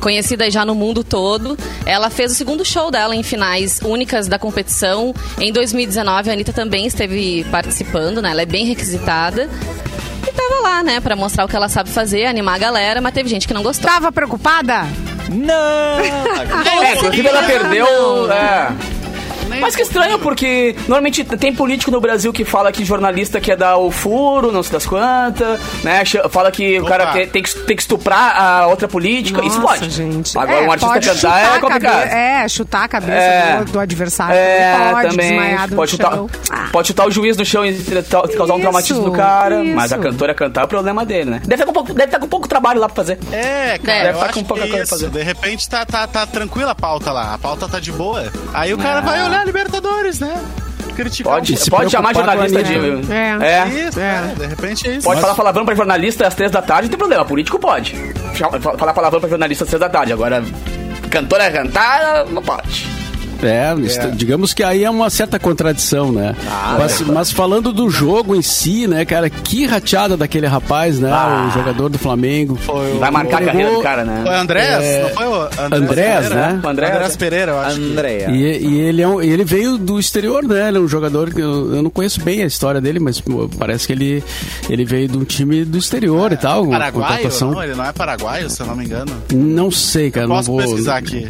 Speaker 3: conhecida já no mundo todo, ela fez o segundo show dela em finais únicas da competição. Em 2019, a Anitta também esteve participando, né? Ela é bem requisitada. E tava lá, né, pra mostrar o que ela sabe fazer, animar a galera, mas teve gente que não gostou.
Speaker 5: Tava preocupada?
Speaker 1: Não!
Speaker 2: É, inclusive ela perdeu. É.
Speaker 4: Nem-
Speaker 2: Mas que estranho, porque normalmente tem político no Brasil que fala que jornalista quer dar o furo, não sei das quantas, né? Ch- Fala que o
Speaker 4: Opa.
Speaker 2: cara quer- tem, que, tem que estuprar a outra política. Isso
Speaker 5: Nossa,
Speaker 2: pode.
Speaker 5: gente.
Speaker 2: Agora
Speaker 5: É,
Speaker 2: um artista
Speaker 5: pode
Speaker 2: cantar
Speaker 5: chutar
Speaker 2: é
Speaker 5: a cabe-
Speaker 2: complicado.
Speaker 5: É, chutar a cabeça
Speaker 2: É.
Speaker 5: do, do adversário.
Speaker 2: É,
Speaker 5: pode,
Speaker 2: também.
Speaker 5: desmaiado
Speaker 2: Pode
Speaker 5: no
Speaker 2: chutar,
Speaker 5: chão. Ah,
Speaker 2: pode chutar o juiz no chão e tra- tra- causar um
Speaker 5: Isso,
Speaker 2: traumatismo no cara.
Speaker 5: isso.
Speaker 2: Mas a cantora cantar é o problema dele, né? Deve estar com pouco, deve tá com pouco trabalho lá pra fazer.
Speaker 4: É,
Speaker 3: É,
Speaker 4: cara,
Speaker 3: deve
Speaker 4: eu
Speaker 2: tá
Speaker 4: acho
Speaker 2: com pouca
Speaker 4: que é
Speaker 2: coisa
Speaker 4: isso.
Speaker 2: pra fazer.
Speaker 4: De repente tá, tá, tá tranquila a pauta lá, a pauta tá de boa. Aí o cara vai olhar Libertadores, né? criticar
Speaker 2: Pode,
Speaker 4: um pouco.
Speaker 6: se
Speaker 2: pode chamar
Speaker 6: preocupar com a
Speaker 2: jornalista de.
Speaker 6: Anitta.
Speaker 5: É.
Speaker 2: é.
Speaker 4: Isso, é, de repente é isso.
Speaker 2: Pode falar palavrão pra jornalista às três da tarde, não tem problema. Político pode. Fa- fa- Falar palavrão pra jornalista às três da tarde. Agora, cantora cantar, não pode.
Speaker 6: É, isto- digamos que aí é uma certa contradição, né?
Speaker 2: Ah, é.
Speaker 6: mas, mas falando do jogo em si, né, cara, que rateada daquele rapaz, né?
Speaker 2: Ah.
Speaker 6: O jogador do Flamengo.
Speaker 4: Foi o-
Speaker 2: Vai marcar a
Speaker 6: Levou-
Speaker 2: carreira do cara,
Speaker 4: Foi
Speaker 2: né?
Speaker 4: Andrés?
Speaker 6: É,
Speaker 4: Não foi o
Speaker 6: Andrés,
Speaker 4: Pereira?
Speaker 6: né?
Speaker 2: O Andrés,
Speaker 4: Andrés
Speaker 2: é.
Speaker 4: Pereira, eu acho. que-
Speaker 1: Andréa.
Speaker 6: E, e ele, é um- ele veio do exterior, né? Ele é um jogador que eu, eu não conheço bem a história dele, mas pô, parece que ele, ele veio de um time do exterior e tal. uma
Speaker 4: Paraguaio?
Speaker 6: contratação.
Speaker 4: Não, ele não é paraguaio, se eu não me engano.
Speaker 6: Não sei, cara.
Speaker 4: Posso
Speaker 6: não vou...
Speaker 4: pesquisar aqui.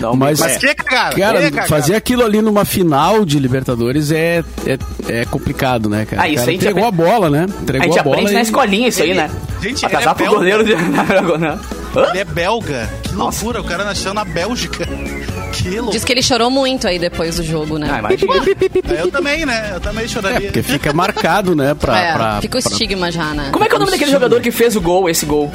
Speaker 2: Não,
Speaker 6: Mas,
Speaker 4: Mas que cagada,
Speaker 6: Cara,
Speaker 4: que cagada.
Speaker 6: fazer aquilo ali numa final de Libertadores é, é, é complicado, né, cara?
Speaker 2: Ah, isso
Speaker 6: O cara
Speaker 2: aí
Speaker 6: entregou
Speaker 2: tem-
Speaker 6: a bola, né?
Speaker 2: A
Speaker 6: Entregou
Speaker 2: gente
Speaker 6: a, bola
Speaker 2: aprende na
Speaker 6: e-
Speaker 2: escolinha isso aí,
Speaker 4: Ele-
Speaker 2: né?
Speaker 4: Gente, ele
Speaker 2: Atrasar
Speaker 4: é
Speaker 2: pro
Speaker 4: belga.
Speaker 2: goleiro de Hã?
Speaker 4: Ele é belga. Que loucura, o cara nasceu na Bélgica. Que loucura.
Speaker 3: Diz que ele chorou muito aí depois do jogo, né?
Speaker 2: Ah, imagina.
Speaker 4: Eu também, né? Eu também
Speaker 6: É,
Speaker 4: choraria.
Speaker 6: porque fica marcado, né? Pra,
Speaker 3: É,
Speaker 6: pra-
Speaker 3: fica o
Speaker 6: pra-
Speaker 3: estigma já, né?
Speaker 2: tá, Como é que é o nome daquele jogador que fez o gol, esse gol?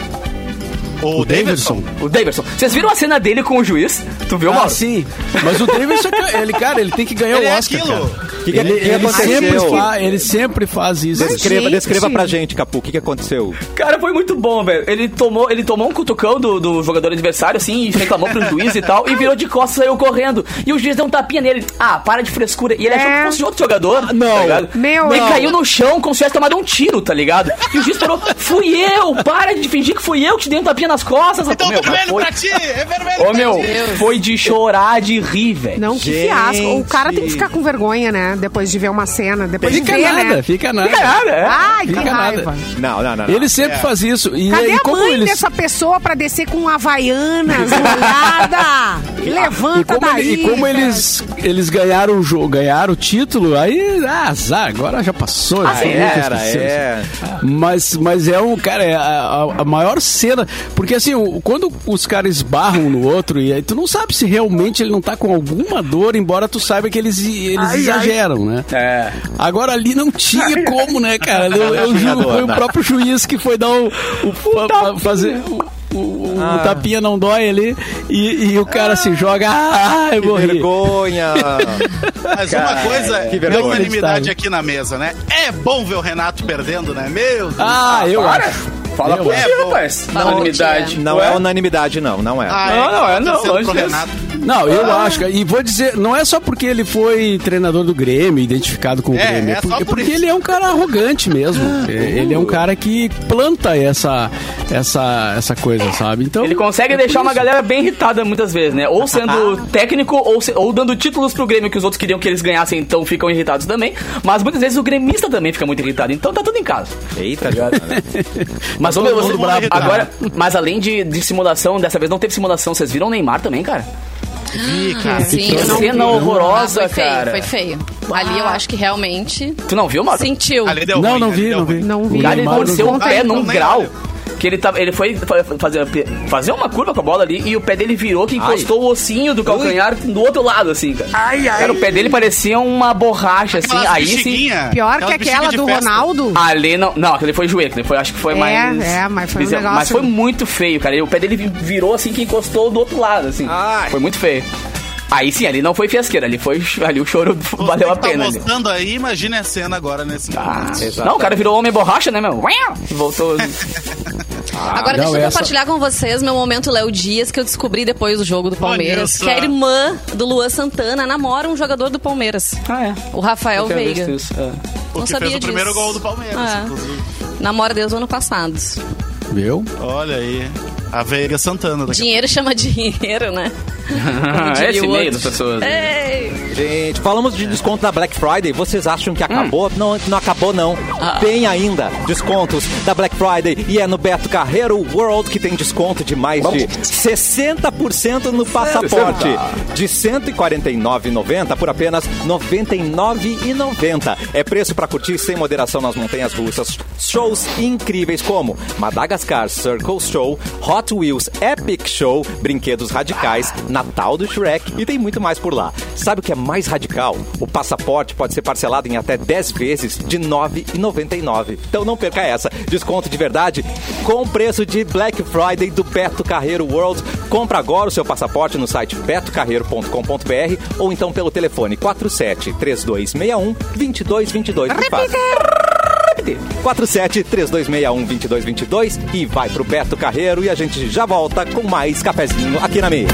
Speaker 4: O,
Speaker 6: O Davidson.
Speaker 2: O Davidson. Vocês viram a cena dele com o juiz? Tu viu,
Speaker 6: Ah,
Speaker 2: Mauro?
Speaker 6: sim. Mas o Davidson, ele, cara, ele tem que ganhar
Speaker 4: Ele
Speaker 6: o
Speaker 4: é
Speaker 6: Oscar,
Speaker 4: aquilo.
Speaker 6: cara.
Speaker 1: Que que-
Speaker 6: ele,
Speaker 1: que que
Speaker 6: ele
Speaker 1: aconteceu? Ah,
Speaker 6: sempre fa- ele sempre faz isso.
Speaker 1: Descreva,
Speaker 5: gente.
Speaker 1: descreva pra gente, Capu, o que, que aconteceu?
Speaker 2: Cara, foi muito bom, velho. Ele tomou, ele tomou um cutucão do, do jogador adversário, assim, e reclamou pro juiz e tal, e virou de costas e saiu correndo. E o juiz deu um tapinha nele. Ah, para de frescura. E ele achou que
Speaker 5: É.
Speaker 2: fosse de outro jogador. Não.
Speaker 5: Meu,
Speaker 2: Ele
Speaker 5: não.
Speaker 2: caiu no chão como se tivesse tomado um tiro, tá ligado? E o juiz falou: fui eu, para de fingir que fui eu que te dei um tapinha nas costas.
Speaker 4: Então,
Speaker 2: meu,
Speaker 4: é vermelho
Speaker 2: foi...
Speaker 4: pra ti! É vermelho
Speaker 2: Ô,
Speaker 4: pra
Speaker 2: meu,
Speaker 4: ti!
Speaker 2: foi de chorar de rir, velho.
Speaker 5: Não, que
Speaker 1: Gente.
Speaker 5: fiasco. O cara tem que ficar com vergonha, né? Depois de ver uma cena, depois
Speaker 6: Fica
Speaker 5: de ver,
Speaker 6: nada,
Speaker 5: né?
Speaker 6: fica nada. É.
Speaker 2: Cara, é.
Speaker 5: Ai, que
Speaker 6: Fica nada.
Speaker 5: raiva.
Speaker 1: Não, não, não. não.
Speaker 6: Ele sempre faz isso. E,
Speaker 5: Cadê
Speaker 6: e
Speaker 5: a
Speaker 6: como
Speaker 5: mãe
Speaker 6: ele...
Speaker 5: dessa pessoa pra descer com um Havaianas? Nada!
Speaker 6: E
Speaker 5: Levanta
Speaker 6: como,
Speaker 5: daí!
Speaker 6: ele- e como
Speaker 5: velho.
Speaker 6: eles, eles ganharam o jogo, ganharam o título, aí ah, azar, agora já passou. isso aí nunca
Speaker 1: era,
Speaker 6: esqueceu.
Speaker 1: é.
Speaker 6: Mas, mas é um, cara, é a, a- a maior cena. Porque assim, o- quando os caras esbarram um no outro, e aí tu não sabe se realmente ele não tá com alguma dor, embora tu saiba que eles, eles exageram, né?
Speaker 2: É.
Speaker 6: Agora ali não tinha como, né, cara? Eu, eu juro, foi o próprio juiz que foi dar o. o- fa- fazer. o- o- o tapinha não dói ali e, e o cara se joga. Ah, eu
Speaker 1: Que
Speaker 6: vou rir.
Speaker 1: vergonha!
Speaker 4: Mas uma coisa
Speaker 1: que
Speaker 4: que
Speaker 1: vergonha.
Speaker 4: unanimidade aqui na mesa, né? É bom ver o Renato perdendo, né? Meu Deus.
Speaker 6: Ah, eu acho.
Speaker 2: Fala
Speaker 6: Eu
Speaker 2: por
Speaker 6: acho.
Speaker 2: ti,
Speaker 4: É,
Speaker 2: rapaz.
Speaker 3: Fala por ti,
Speaker 2: Unanimidade.
Speaker 1: Não
Speaker 2: Ué?
Speaker 1: é unanimidade, não, não é.
Speaker 4: Ah,
Speaker 2: não, não, é
Speaker 4: tá
Speaker 2: não,
Speaker 4: torcendo
Speaker 2: longe
Speaker 4: pro
Speaker 2: dessa.
Speaker 4: Renato.
Speaker 6: Não, eu
Speaker 4: Ah.
Speaker 6: acho. cara. E vou dizer, não é só porque ele foi treinador do Grêmio, identificado com o
Speaker 4: É,
Speaker 6: Grêmio.
Speaker 4: é só por
Speaker 6: porque, porque
Speaker 4: isso. Ah.
Speaker 6: ele é um cara arrogante mesmo. É, ele é um cara que planta essa, essa, essa coisa, sabe? Então,
Speaker 2: Ele consegue
Speaker 6: é por
Speaker 2: deixar uma
Speaker 6: isso.
Speaker 2: galera bem irritada muitas vezes, né? Ou sendo técnico, ou, se- ou dando títulos pro Grêmio que os outros queriam que eles ganhassem, então ficam irritados também. Mas muitas vezes o gremista também fica muito irritado, então tá tudo em casa.
Speaker 1: Eita, Joana.
Speaker 2: Mas ô, meu,
Speaker 4: Tá Todo mundo
Speaker 2: você-
Speaker 4: irritado.
Speaker 2: agora, mas além de, de simulação, dessa vez não teve simulação, vocês viram o Neymar também, cara?
Speaker 3: Sim, eu
Speaker 2: cena
Speaker 3: vi.
Speaker 2: horrorosa,
Speaker 3: Ah, foi feio,
Speaker 2: cara.
Speaker 3: Foi feio. Ali eu acho que realmente
Speaker 2: Tu não viu, Mauro?
Speaker 3: sentiu.
Speaker 4: Ali deu
Speaker 6: Não,
Speaker 4: ruim,
Speaker 6: não
Speaker 4: ali
Speaker 6: vi,
Speaker 4: deu
Speaker 6: não
Speaker 4: ruim.
Speaker 6: vi.
Speaker 5: Não vi.
Speaker 6: O
Speaker 2: Cara, ele
Speaker 6: Neymar não
Speaker 2: torceu
Speaker 6: vi.
Speaker 2: o pé
Speaker 4: Ah, então
Speaker 2: num
Speaker 4: nem
Speaker 2: grau.
Speaker 4: olho.
Speaker 2: Que ele, tava, ele foi fa- fazer, fazer uma curva com a bola ali e o pé dele virou que encostou o ossinho do calcanhar do outro lado, assim, cara. Cara, o pé dele parecia uma borracha, assim.
Speaker 4: Aquelas
Speaker 2: Aí sim.
Speaker 4: bexiguinha,
Speaker 5: Pior que
Speaker 4: aquelas
Speaker 5: aquela
Speaker 4: bexiga de
Speaker 5: do
Speaker 4: festa.
Speaker 5: Ronaldo.
Speaker 2: Ali não. Não, aquele foi joelho, aquele foi, acho que foi
Speaker 5: É,
Speaker 2: mais.
Speaker 5: é, mas foi um
Speaker 2: bizarro. Mas
Speaker 5: negócio-
Speaker 2: foi muito feio, cara. E o pé dele vi- virou assim que encostou do outro lado, assim.
Speaker 1: Ai.
Speaker 2: Foi muito feio. Aí sim, ali não foi fiasqueira, ali foi. Ali o choro
Speaker 4: Você
Speaker 2: valeu a
Speaker 4: que tá
Speaker 2: pena. ali.
Speaker 4: mostrando aí, imagina a cena agora nesse
Speaker 2: Ah,
Speaker 4: momento.
Speaker 2: não, o cara virou homem borracha, né, meu? Voltou.
Speaker 5: É
Speaker 4: Ah,
Speaker 3: Agora
Speaker 6: não,
Speaker 3: deixa eu
Speaker 6: essa-
Speaker 3: compartilhar com vocês meu momento Léo Dias que eu descobri depois do jogo do Palmeiras,
Speaker 4: só.
Speaker 3: que é a irmã do Luan Santana namora um jogador do Palmeiras,
Speaker 2: ah, é.
Speaker 3: o Rafael
Speaker 2: Eu tinha
Speaker 3: Veiga.
Speaker 2: visto isso, é.
Speaker 4: O
Speaker 3: não
Speaker 4: que
Speaker 3: sabia
Speaker 4: fez o
Speaker 3: disso.
Speaker 4: primeiro gol do Palmeiras, tipo.
Speaker 5: Ah.
Speaker 3: É.
Speaker 4: inclusive.
Speaker 3: Namora desde o ano passado.
Speaker 2: um-
Speaker 6: Viu?
Speaker 4: Olha aí. A Veiga Santana. Daqui.
Speaker 3: Dinheiro chama dinheiro, né? Como diria
Speaker 2: Ah, Esse
Speaker 3: o
Speaker 2: meio
Speaker 3: outro.
Speaker 2: das pessoas. né?
Speaker 3: Ei!
Speaker 1: Gente, falamos de desconto da Black Friday. Vocês acham que acabou? Não, não acabou não. Tem ainda descontos da Black Friday e é no Beto Carreiro World que tem desconto de mais de 60% no passaporte. De R$ 149,90 por apenas R$ 99,90. É preço para curtir sem moderação nas montanhas russas. Shows incríveis como Madagascar Circle Show, Hot Wheels Epic Show, Brinquedos Radicais, Natal do Shrek e tem muito mais por lá. Sabe o que é mais radical? O passaporte pode ser parcelado em até 10 vezes de R$ 9,99. Então não perca essa. Desconto de verdade com preço de Black Friday do Beto Carreiro World Compra agora o seu passaporte no site betocarreiro.com.br ou então pelo telefone 47 3261 2222. que faz. 47 3261 2222 e vai pro Beto Carreiro e a gente já volta com mais cafezinho aqui na mesa.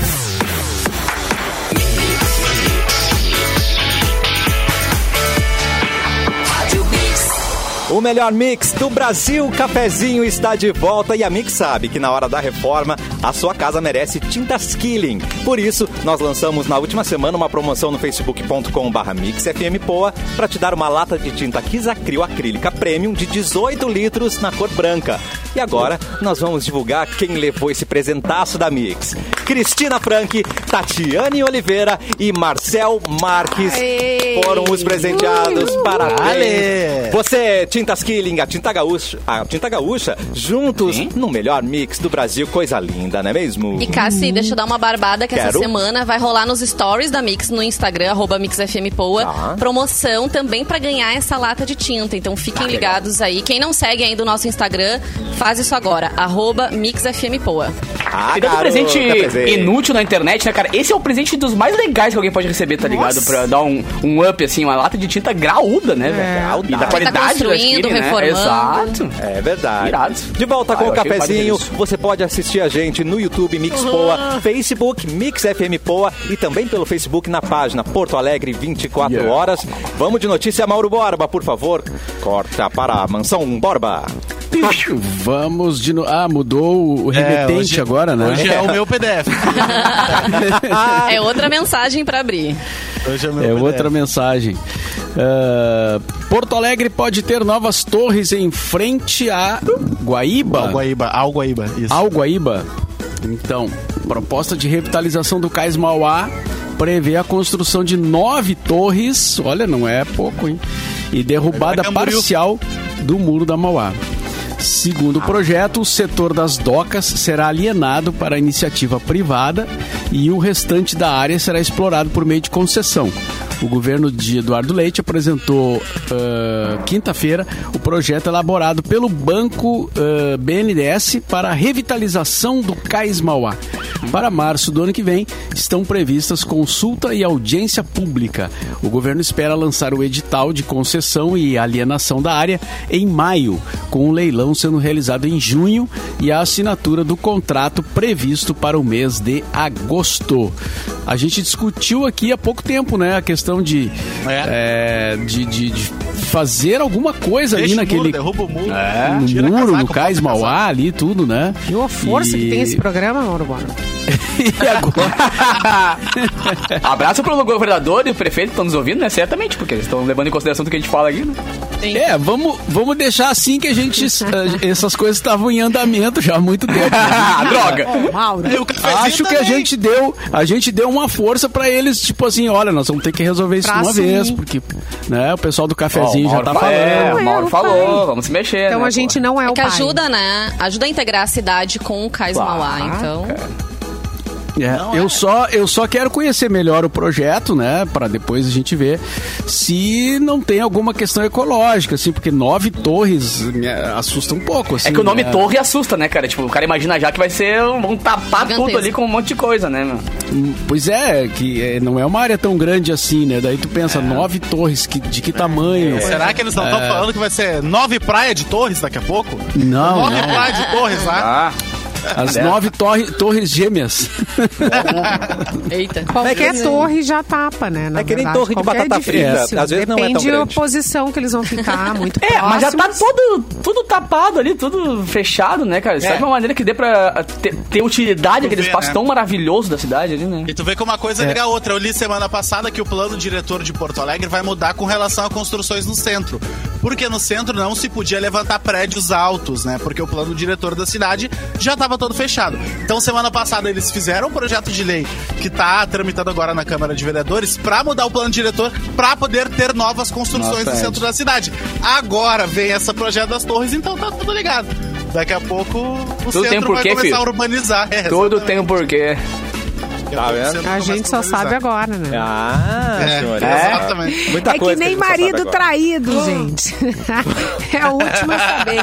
Speaker 1: O melhor mix do Brasil, cafezinho está de volta e a Mix sabe que na hora da reforma a sua casa merece tintas Killing. Por isso, nós lançamos na última semana uma promoção no facebook.com/barra mixfmpoa para te dar uma lata de tinta Kisacril acrílica premium de 18 litros na cor branca. E agora nós vamos divulgar quem levou esse presentaço da Mix. Cristina Frank, Tatiane Oliveira e Marcel Marques
Speaker 5: Aê!
Speaker 1: foram os presenteados. Parabéns!
Speaker 4: Vale!
Speaker 1: Você, Tintas Killing, a Tinta Gaúcha, a Tinta Gaúcha, juntos no melhor mix do Brasil, coisa linda, não é mesmo?
Speaker 3: E Cassi, deixa eu dar uma barbada que essa
Speaker 1: Quero.
Speaker 3: semana vai rolar nos stories da Mix no Instagram, arroba MixFMPoa.
Speaker 1: Tá.
Speaker 3: Promoção também pra ganhar essa lata de tinta. Então fiquem ligados aí. Quem não segue ainda o nosso Instagram, faz isso agora. Arroba MixFMPoa.
Speaker 1: Ah,
Speaker 2: Tem tanto
Speaker 1: garoto,
Speaker 2: presente
Speaker 1: é presente.
Speaker 2: inútil na internet, né, cara? Esse é o presente dos mais legais que alguém pode receber, tá ligado?
Speaker 5: Nossa.
Speaker 2: Pra dar um, um up, assim, uma lata de tinta graúda,
Speaker 5: É.
Speaker 2: né, velho? E da
Speaker 1: Tá
Speaker 2: qualidade do
Speaker 3: construindo,
Speaker 2: skin, né?
Speaker 3: reformando.
Speaker 2: Exato.
Speaker 1: É verdade.
Speaker 2: Irado.
Speaker 1: De volta com
Speaker 2: Ah, eu
Speaker 1: o
Speaker 2: achei
Speaker 1: cafezinho.
Speaker 2: maravilhoso.
Speaker 1: Você pode assistir a gente no YouTube Mix
Speaker 2: Uhum.
Speaker 1: Poa, Facebook Mix FM Poa e também pelo Facebook na página Porto Alegre 24
Speaker 6: Yeah.
Speaker 1: horas. Vamos de notícia Mauro Borba, por favor. Corta para a mansão Borba.
Speaker 6: Vamos de novo. Ah, mudou o remetente
Speaker 4: É, hoje-
Speaker 6: agora, né?
Speaker 4: Hoje é o meu PDF.
Speaker 3: É outra mensagem pra abrir.
Speaker 4: Hoje é o meu
Speaker 6: É
Speaker 4: PDF.
Speaker 6: outra mensagem. Ah, Porto Alegre pode ter novas torres em frente a Guaíba.
Speaker 4: Alguaíba, Alguaíba, isso.
Speaker 6: Ao Guaíba. Então, proposta de revitalização do Cais Mauá prevê a construção de nove torres. Olha, não é pouco, hein? E
Speaker 4: Agora
Speaker 6: derrubada
Speaker 4: é Camboriú.
Speaker 6: parcial do muro da Mauá. Segundo o projeto, o setor das docas será alienado para a iniciativa privada e o restante da área será explorado por meio de concessão. O governo de Eduardo Leite apresentou ah, quinta-feira o projeto elaborado pelo Banco ah, BNDES para a revitalização do Cais Mauá. Para março do ano que vem, estão previstas consulta e audiência pública. O governo espera lançar o edital de concessão e alienação da área em maio, com o leilão sendo realizado em junho e a assinatura do contrato previsto para o mês de agosto. A gente discutiu aqui há pouco tempo, né? A questão de, é, de, de- de fazer alguma coisa ali
Speaker 4: Deixa o muro,
Speaker 6: naquele.
Speaker 4: derruba o muro.
Speaker 6: no
Speaker 4: tira
Speaker 6: muro, no
Speaker 4: casaco,
Speaker 6: Cais
Speaker 4: bota casaco.
Speaker 6: Mauá ali, tudo, né?
Speaker 5: Viu a força que tem esse programa, Mauro Borba?
Speaker 6: E agora?
Speaker 2: Abraço pro governador e o prefeito que estão nos ouvindo, né? Certamente, porque eles estão levando em consideração tudo que a gente fala aqui, né?
Speaker 6: É, vamos, vamos deixar assim que a gente. eh, essas coisas estavam em andamento já há muito tempo. né?
Speaker 2: Ah, droga!
Speaker 5: Ô,
Speaker 2: É,
Speaker 5: Mauro.
Speaker 4: E o cafezinho
Speaker 6: Acho que a
Speaker 4: também.
Speaker 6: gente deu, a gente deu uma força pra eles, tipo assim, olha, nós vamos ter que resolver isso de
Speaker 5: Pra
Speaker 6: uma
Speaker 5: assumir.
Speaker 6: vez, porque né, o pessoal do cafezinho
Speaker 2: Ó, o
Speaker 6: já tá
Speaker 2: Mauro fa-
Speaker 6: falando.
Speaker 2: É, o Mauro
Speaker 5: Eu,
Speaker 2: falou,
Speaker 5: pai.
Speaker 2: vamos se mexer.
Speaker 5: Então
Speaker 2: né,
Speaker 5: a gente não é,
Speaker 3: É
Speaker 5: o
Speaker 3: que
Speaker 5: pai.
Speaker 3: ajuda, né? Ajuda a integrar a cidade com o Cais
Speaker 2: Claro.
Speaker 3: Mauá. Então,
Speaker 6: É, eu só eu só quero conhecer melhor o projeto, né, Pra depois a gente ver se não tem alguma questão ecológica, assim, porque nove torres me assusta um pouco, assim.
Speaker 2: É que o nome
Speaker 6: né?
Speaker 2: torre assusta, né, cara? Tipo, o cara imagina já que vai ser. um- Vão tapar tudo
Speaker 3: Gigantesco.
Speaker 2: ali com um monte de coisa, né, meu?
Speaker 6: Hum, Pois é, que eh, não é uma área tão grande assim, né? Daí tu pensa, nove torres, que, de que tamanho?
Speaker 4: É. Será que eles
Speaker 6: É.
Speaker 4: não estão falando que vai ser nove praias de torres daqui a pouco?
Speaker 6: Não,
Speaker 4: nove né?
Speaker 6: não.
Speaker 4: praias de torres lá.
Speaker 2: Ah,
Speaker 6: As nove torre- torres gêmeas.
Speaker 3: eita.
Speaker 5: Qualquer torre já tapa, né? na
Speaker 1: É que nem
Speaker 5: verdade.
Speaker 1: torre de
Speaker 5: Qualquer
Speaker 1: batata
Speaker 5: edifício.
Speaker 1: frita. Às vezes não é tão
Speaker 5: Depende da
Speaker 1: grande.
Speaker 5: posição que eles vão ficar, muito
Speaker 2: É, mas já tá
Speaker 5: próximos.
Speaker 2: todo, tudo tapado ali, tudo fechado, né, cara? Isso é. de uma maneira que dê pra ter, ter utilidade aquele
Speaker 4: ver,
Speaker 2: espaço
Speaker 4: né?
Speaker 2: tão maravilhoso da cidade ali, né?
Speaker 4: E tu vê que uma coisa liga a outra. Eu li semana passada que o plano diretor de Porto Alegre vai mudar com relação a construções no centro. Porque no centro não se podia levantar prédios altos, né? Porque o plano diretor da cidade já estava todo fechado. Então, semana passada, eles fizeram um projeto de lei que tá tramitando agora na Câmara de Vereadores pra mudar o plano diretor pra poder ter novas construções no centro da cidade. Agora vem esse projeto das torres, então tá tudo ligado. Daqui a pouco o
Speaker 2: tem
Speaker 4: centro vai
Speaker 2: porquê,
Speaker 4: começar a
Speaker 2: filho.
Speaker 4: urbanizar. É,
Speaker 2: Todo
Speaker 4: exatamente.
Speaker 2: tem um porquê.
Speaker 4: Eu
Speaker 1: Tá
Speaker 4: tô
Speaker 1: vendo?
Speaker 4: sendo-
Speaker 5: A
Speaker 4: começo
Speaker 5: gente só
Speaker 4: analisar.
Speaker 5: sabe agora, né?
Speaker 1: Ah,
Speaker 4: É,
Speaker 1: senhora.
Speaker 4: exatamente.
Speaker 1: Muita
Speaker 5: é que
Speaker 1: coisa
Speaker 5: nem
Speaker 1: a gente não sabe
Speaker 5: marido
Speaker 1: agora. Ah.
Speaker 5: traído, gente. é o último a saber.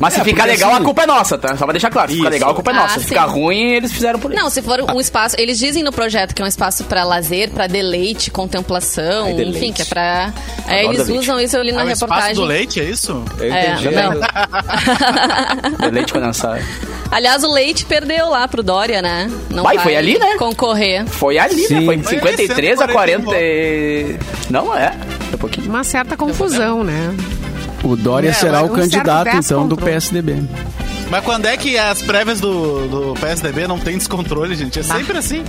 Speaker 2: Mas se
Speaker 6: É,
Speaker 2: ficar
Speaker 6: porque
Speaker 2: legal,
Speaker 6: assim-
Speaker 2: a culpa é nossa, tá? Só pra deixar claro. Se ficar
Speaker 1: Isso.
Speaker 2: legal, a culpa é
Speaker 3: Ah,
Speaker 2: nossa. Se
Speaker 3: sim.
Speaker 2: ficar ruim, eles fizeram por isso.
Speaker 3: Não, se for um espaço. Eles dizem no projeto que é um espaço pra lazer, pra deleite, contemplação,
Speaker 1: Ai, deleite.
Speaker 3: enfim, que é pra. É,
Speaker 2: Adoro
Speaker 3: eles
Speaker 2: deleite.
Speaker 3: usam isso ali
Speaker 4: É
Speaker 3: na
Speaker 4: o espaço do
Speaker 3: reportagem.
Speaker 4: leite, é isso?
Speaker 1: Eu
Speaker 3: É,
Speaker 1: entendi.
Speaker 3: não.
Speaker 2: É leite condensado.
Speaker 3: Aliás, o Leite perdeu lá pro Dória, né? Não
Speaker 2: Vai, foi ali, né?
Speaker 3: Concorrer.
Speaker 2: Foi ali, né?
Speaker 6: Sim.
Speaker 2: Foi
Speaker 4: Foi
Speaker 2: 53 a 40.
Speaker 4: 141.
Speaker 2: e- Não, é. É um pouquinho.
Speaker 5: Uma certa confusão, né?
Speaker 6: O Dória
Speaker 4: É,
Speaker 6: será
Speaker 5: um
Speaker 6: o candidato,
Speaker 5: certo
Speaker 6: então, do
Speaker 5: descontrole.
Speaker 6: PSDB.
Speaker 4: Mas quando é que as prévias do, do PSDB não tem descontrole, gente? É sempre assim.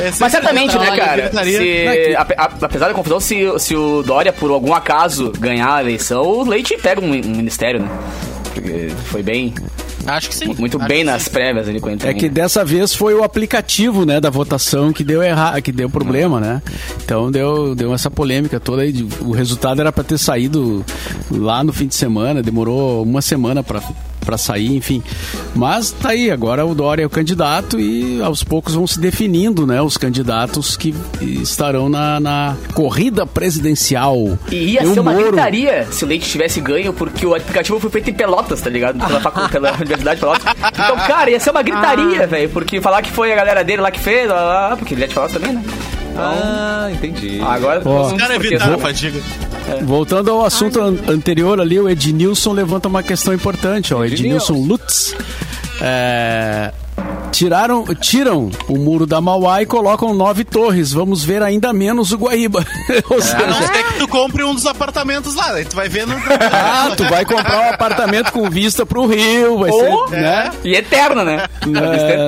Speaker 4: É sempre
Speaker 2: Mas certamente, né,
Speaker 4: gritaria,
Speaker 2: cara?
Speaker 4: gritaria.
Speaker 6: é
Speaker 2: Se, ape- a- apesar da confusão, se, se o Dória, por algum acaso, ganhar a eleição, o Leite pega um, um ministério, né? Porque foi bem,
Speaker 4: Acho que sim.
Speaker 2: muito
Speaker 4: Acho
Speaker 2: bem
Speaker 4: que
Speaker 2: nas
Speaker 4: sim.
Speaker 2: prévias ali com ele.
Speaker 6: É que dessa vez foi o aplicativo, né, da votação que deu errar, que deu problema, né? Então deu, deu essa polêmica toda aí. de- o resultado era pra ter saído lá no fim de semana, demorou uma semana pra para sair, enfim. Mas tá aí, agora o Dória é o candidato e aos poucos vão se definindo, né, os candidatos que estarão na, na corrida presidencial.
Speaker 2: E ia
Speaker 6: Eu
Speaker 2: ser uma
Speaker 6: Moro.
Speaker 2: gritaria se o Leite tivesse ganho, porque o aplicativo foi feito em Pelotas, tá ligado? Pela, facu- pela Universidade de Pelotas. Então, cara, ia ser uma gritaria,
Speaker 4: Ah.
Speaker 2: velho, porque falar que foi a galera dele lá que fez, lá, lá, lá, porque ele é de Pelotas também, né?
Speaker 1: Ah, entendi.
Speaker 2: Agora,
Speaker 6: Ó.
Speaker 4: Os caras
Speaker 2: porque-
Speaker 4: evitaram a fadiga.
Speaker 6: Voltando ao assunto an- anterior ali, o Ednilson levanta uma questão importante, ó. Ednilson Lutz. É, tiraram, tiram o muro da Mauá e colocam nove torres. Vamos ver ainda menos o Guaíba. Ou
Speaker 4: A não
Speaker 6: seja,
Speaker 4: ser que tu compre um dos apartamentos lá, daí tu vai vendo.
Speaker 6: ah, tu vai comprar um apartamento com vista pro rio, vai
Speaker 2: Ou-
Speaker 6: ser, né?
Speaker 2: E eterna, né?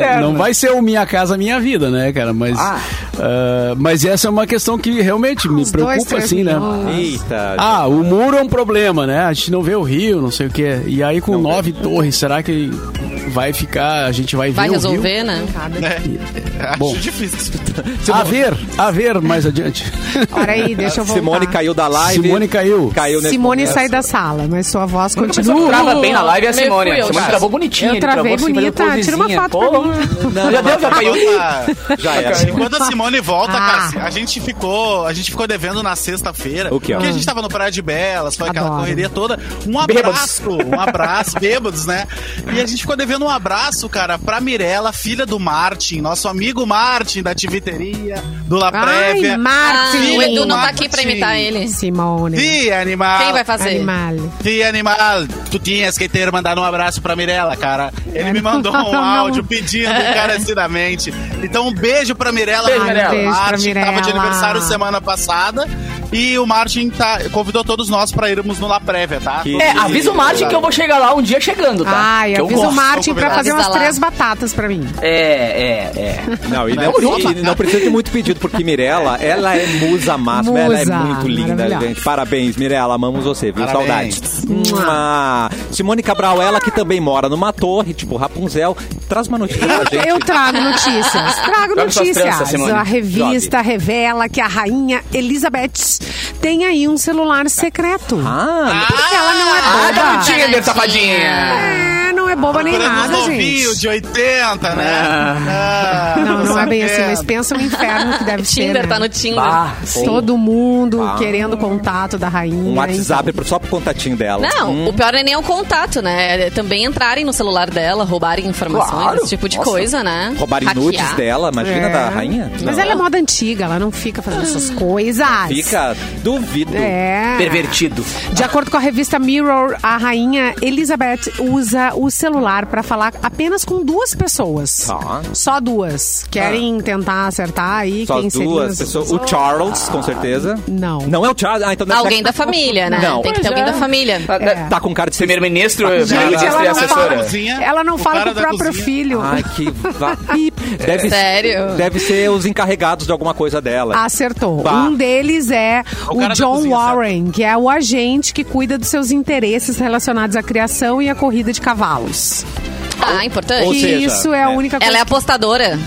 Speaker 6: É, não vai ser o Minha Casa Minha Vida, né, cara? Mas,
Speaker 2: Ah.
Speaker 6: ah, mas essa é uma questão que realmente me
Speaker 5: Uns dois,
Speaker 6: preocupa,
Speaker 5: três
Speaker 6: assim, né?
Speaker 5: milhões.
Speaker 1: Eita.
Speaker 6: Ah, o muro é um problema, né? A gente não vê o rio, não sei o quê. E aí com nove torres, será que vai ficar, a gente vai ver
Speaker 3: Vai
Speaker 6: o rio?
Speaker 3: resolver, né?
Speaker 4: Acho
Speaker 6: Bom.
Speaker 4: difícil.
Speaker 2: Tá
Speaker 6: A ver, a ver mais adiante.
Speaker 5: Para aí, deixa eu voltar.
Speaker 1: Simone caiu da live.
Speaker 6: Simone caiu.
Speaker 1: Caiu nesse
Speaker 5: Simone
Speaker 1: momento.
Speaker 5: sai da sala, mas sua voz
Speaker 2: A única pessoa
Speaker 5: continua.
Speaker 2: que Tipo, trava bem na live é a
Speaker 3: Me fui
Speaker 2: Simone. A
Speaker 3: eu,
Speaker 2: Simone
Speaker 3: cara.
Speaker 2: travou bonitinha.
Speaker 5: uh. Eu
Speaker 2: ele
Speaker 5: travei
Speaker 2: travou assim, fazendo
Speaker 5: bonita, tira uma
Speaker 2: posezinha.
Speaker 5: foto
Speaker 2: Pô,
Speaker 5: pra mim.
Speaker 1: Não,
Speaker 2: Já deu, já caiu.
Speaker 1: Já era.
Speaker 4: Quando a Simone volta,
Speaker 5: Ah.
Speaker 4: cara, assim, a gente ficou, a gente ficou devendo na sexta-feira.
Speaker 1: O quê, ó?
Speaker 4: Porque a gente tava no Praia de Belas, foi aquela
Speaker 5: Adoro.
Speaker 4: correria toda. Um abraço, um abraço, bêbados, né? E a gente ficou devendo um abraço, cara, pra Mirella, filha do Martin, nosso amigo Martin da Tiviteria, do La
Speaker 5: Ai,
Speaker 4: Prévia.
Speaker 3: Ah,
Speaker 5: Martin.
Speaker 3: o
Speaker 4: Filha
Speaker 3: Edu
Speaker 4: do
Speaker 3: não tá
Speaker 4: Marketing.
Speaker 3: aqui pra imitar ele.
Speaker 5: Simone.
Speaker 4: Ti, animal.
Speaker 3: Quem vai fazer?
Speaker 5: Ah, Animal.
Speaker 4: Ti, animal. Tu tinhas que ter mandado um abraço pra Mirella, cara. Ele me mandou um
Speaker 5: Não. É.
Speaker 4: áudio pedindo encarecidamente. Então, um beijo pra Mirella.
Speaker 2: Beijo,
Speaker 4: Martin.
Speaker 2: Mirella.
Speaker 5: Beijo pra
Speaker 4: Martin tava de
Speaker 5: Mirella.
Speaker 4: aniversário semana passada. E o Martin tá, convidou todos nós pra irmos no La Prévia, tá?
Speaker 1: Que-
Speaker 2: É, avisa o Martin que eu vou chegar lá um dia chegando, tá?
Speaker 5: Ai,
Speaker 2: Que eu
Speaker 5: avisa o
Speaker 2: gosto.
Speaker 5: Martin pra
Speaker 4: combinado.
Speaker 5: fazer umas
Speaker 3: Avisa lá.
Speaker 5: três batatas pra mim.
Speaker 2: É, é, é.
Speaker 1: Não, e não,
Speaker 2: Tamo junto.
Speaker 1: e não precisa de muito pedido, porque Mirella, ela é musa máxima, ela é
Speaker 5: Musa,
Speaker 1: muito linda,
Speaker 5: maravilhosa.
Speaker 1: gente. Parabéns, Mirella, amamos você, viu?
Speaker 4: Parabéns.
Speaker 1: Saudades. Mua. Simone Cabral, ela que também mora numa torre, tipo Rapunzel, traz uma notícia pra gente.
Speaker 5: Eu trago notícias. Trago
Speaker 2: Joga suas
Speaker 5: notícias.
Speaker 2: tranças, Simone.
Speaker 5: a revista revela que a rainha Elizabeth tem aí um celular secreto.
Speaker 1: Ah,
Speaker 5: Porque ela não é
Speaker 2: Ah, dá um
Speaker 5: boba.
Speaker 2: Tinder, safadinha.
Speaker 5: É, não é boba nem
Speaker 4: Procurando uns
Speaker 5: nada,
Speaker 4: novinhos
Speaker 5: gente.
Speaker 4: de 80, né? Ah,
Speaker 5: Não, não é bem assim, mas
Speaker 4: 80.
Speaker 5: pensa no inferno que deve ser.
Speaker 3: Tinder,
Speaker 5: né?
Speaker 3: tá no Tinder.
Speaker 2: Ah,
Speaker 5: Todo mundo
Speaker 1: Ah.
Speaker 5: querendo contato da rainha.
Speaker 1: um WhatsApp só pro contatinho dela.
Speaker 3: Não,
Speaker 1: Hum.
Speaker 3: o pior é nem o contato, né? É também entrarem no celular dela, roubarem informações,
Speaker 2: Claro.
Speaker 3: esse tipo de
Speaker 2: Nossa.
Speaker 3: coisa, né?
Speaker 1: Roubarem
Speaker 3: Hackear.
Speaker 1: nudes dela, imagina
Speaker 5: É.
Speaker 1: da rainha.
Speaker 5: Mas
Speaker 1: Não.
Speaker 5: ela é moda antiga, ela não fica fazendo essas coisas.
Speaker 1: Fica, duvido.
Speaker 5: É.
Speaker 2: Pervertido.
Speaker 5: De acordo com a revista Mirror, a rainha Elizabeth usa o celular para falar apenas com duas pessoas.
Speaker 1: Tá. Ah.
Speaker 5: Só duas. Querem tentar acertar aí
Speaker 1: Só
Speaker 5: quem
Speaker 1: as
Speaker 5: seriam
Speaker 1: duas
Speaker 5: as-
Speaker 1: pessoas. O Charles, com certeza.
Speaker 5: Não.
Speaker 1: Não é o Charles. Ah, então deve
Speaker 3: Alguém
Speaker 1: ser-
Speaker 3: da família, né?
Speaker 1: Não.
Speaker 3: Tem que ter alguém da família.
Speaker 5: É.
Speaker 1: Tá com cara de ser
Speaker 2: Primeiro-ministro,
Speaker 5: Gente,
Speaker 2: primeiro-ministro
Speaker 5: ela
Speaker 2: e
Speaker 5: não
Speaker 2: assessora.
Speaker 5: fala,
Speaker 4: Cozinha,
Speaker 5: ela não
Speaker 4: o
Speaker 5: fala
Speaker 4: cara
Speaker 5: pro
Speaker 4: da
Speaker 5: próprio
Speaker 4: cozinha.
Speaker 5: filho.
Speaker 1: é Ai, que va...
Speaker 5: É.
Speaker 1: deve,
Speaker 3: Sério?
Speaker 1: Deve ser os encarregados de alguma coisa
Speaker 5: Ah,
Speaker 1: dela.
Speaker 5: Acertou.
Speaker 1: Bah.
Speaker 5: Um deles é
Speaker 4: O
Speaker 5: o,
Speaker 4: cara da
Speaker 5: John
Speaker 4: cozinha,
Speaker 5: Warren, que é o agente que cuida dos seus interesses relacionados à criação e à corrida de cavalos.
Speaker 3: Ah, importante.
Speaker 1: Ou
Speaker 5: e
Speaker 1: seja,
Speaker 5: isso é a
Speaker 1: é.
Speaker 5: única coisa.
Speaker 3: Ela é apostadora.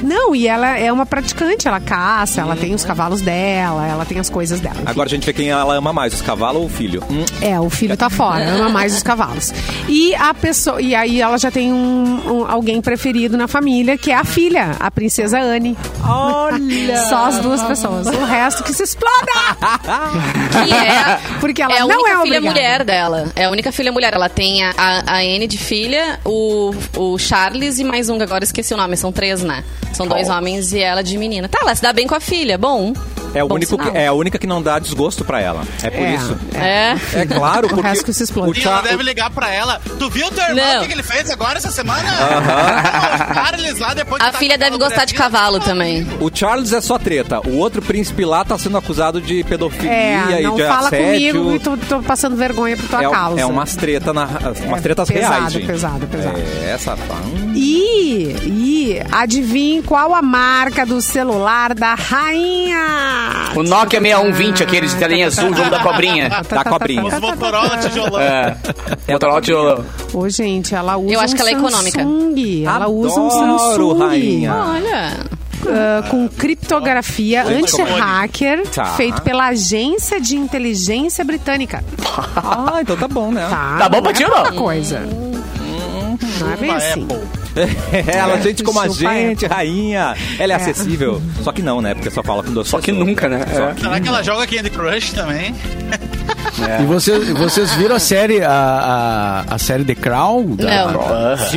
Speaker 5: Não, e ela é uma praticante, ela caça, ela tem os cavalos dela, ela tem as coisas dela. enfim.
Speaker 1: Agora a gente vê quem ela ama mais, os cavalos ou o filho. Hum,
Speaker 5: É, o filho tá fora, ama mais os cavalos. E a pessoa, e aí ela já tem um, um- alguém preferido na família, que é a filha, a princesa Anne. Olha! Só as duas pessoas. O resto que se exploda!
Speaker 3: Que é,
Speaker 5: Porque ela
Speaker 3: é a única
Speaker 5: não é
Speaker 3: filha
Speaker 5: obrigada.
Speaker 3: mulher dela. É a única filha mulher. Ela tem a, a, a Anne de filha, o, o Charles e mais um, que agora esqueci o nome. São três, né? São dois homens e ela de menina. Tá, ela se dá bem com a filha. Bom.
Speaker 1: É, o
Speaker 3: bom
Speaker 1: único que-
Speaker 3: sinal.
Speaker 1: é a única que não dá desgosto pra ela. É por
Speaker 5: É.
Speaker 1: isso.
Speaker 3: É.
Speaker 1: É claro, porque.
Speaker 5: resto que se explode.
Speaker 1: o
Speaker 4: E
Speaker 1: Cha-
Speaker 4: ela deve ligar pra ela. Tu viu teu irmão?
Speaker 3: Não.
Speaker 4: O que, que ele fez agora essa semana? O Charles lá depois de
Speaker 3: A
Speaker 4: tá
Speaker 3: filha
Speaker 4: com
Speaker 3: deve
Speaker 4: aquela
Speaker 3: gostar de
Speaker 4: mulher,
Speaker 3: cavalo também.
Speaker 1: o Charles é só treta. O outro príncipe lá tá sendo acusado de pedofilia
Speaker 5: É,
Speaker 1: e
Speaker 5: não
Speaker 1: de
Speaker 5: fala
Speaker 1: assédio.
Speaker 5: comigo e tô, tô passando vergonha por tua
Speaker 1: é,
Speaker 5: causa.
Speaker 1: é umas treta na, umas
Speaker 5: É,
Speaker 1: tretas
Speaker 5: pesado,
Speaker 1: reais, gente.
Speaker 5: pesado, pesado.
Speaker 1: É, essa tá. hum.
Speaker 5: E, e adivinhe qual a marca do celular da rainha?
Speaker 2: O Nokia 6120, aquele de telinha azul, jogo da
Speaker 5: Tá,
Speaker 2: cobrinha.
Speaker 1: Da Tá cobrinha.
Speaker 4: Os Motorola tijolão.
Speaker 2: É. Motorola tijolão.
Speaker 5: Ô, gente, ela usa
Speaker 3: Eu acho
Speaker 5: um
Speaker 3: que ela é econômica.
Speaker 5: Samsung. Ela usa um
Speaker 1: Adoro,
Speaker 5: Samsung.
Speaker 1: rainha.
Speaker 3: Olha.
Speaker 5: ah, com criptografia anti-hacker
Speaker 1: Tá.
Speaker 5: feito pela Agência de Inteligência Britânica.
Speaker 1: Ah, então tá bom, né?
Speaker 5: Tá,
Speaker 2: Tá bom
Speaker 5: não
Speaker 2: pra
Speaker 5: é
Speaker 2: ti ou
Speaker 5: pouca
Speaker 2: não?
Speaker 5: coisa.
Speaker 1: Hum,
Speaker 5: Não é bem
Speaker 4: Uma
Speaker 5: assim.
Speaker 4: Apple.
Speaker 1: É, Ela, gente como a
Speaker 5: É, Chupa a
Speaker 1: gente, rainha. Ela é, acessível. Só que não, né? Porque só fala com duas
Speaker 2: Só que
Speaker 1: pessoas.
Speaker 2: nunca, né?
Speaker 1: Só
Speaker 2: É.
Speaker 1: que-
Speaker 4: Será que ela joga Candy Crush também?
Speaker 6: E vocês, vocês viram a série, a, a, a série The Crown?
Speaker 3: Não.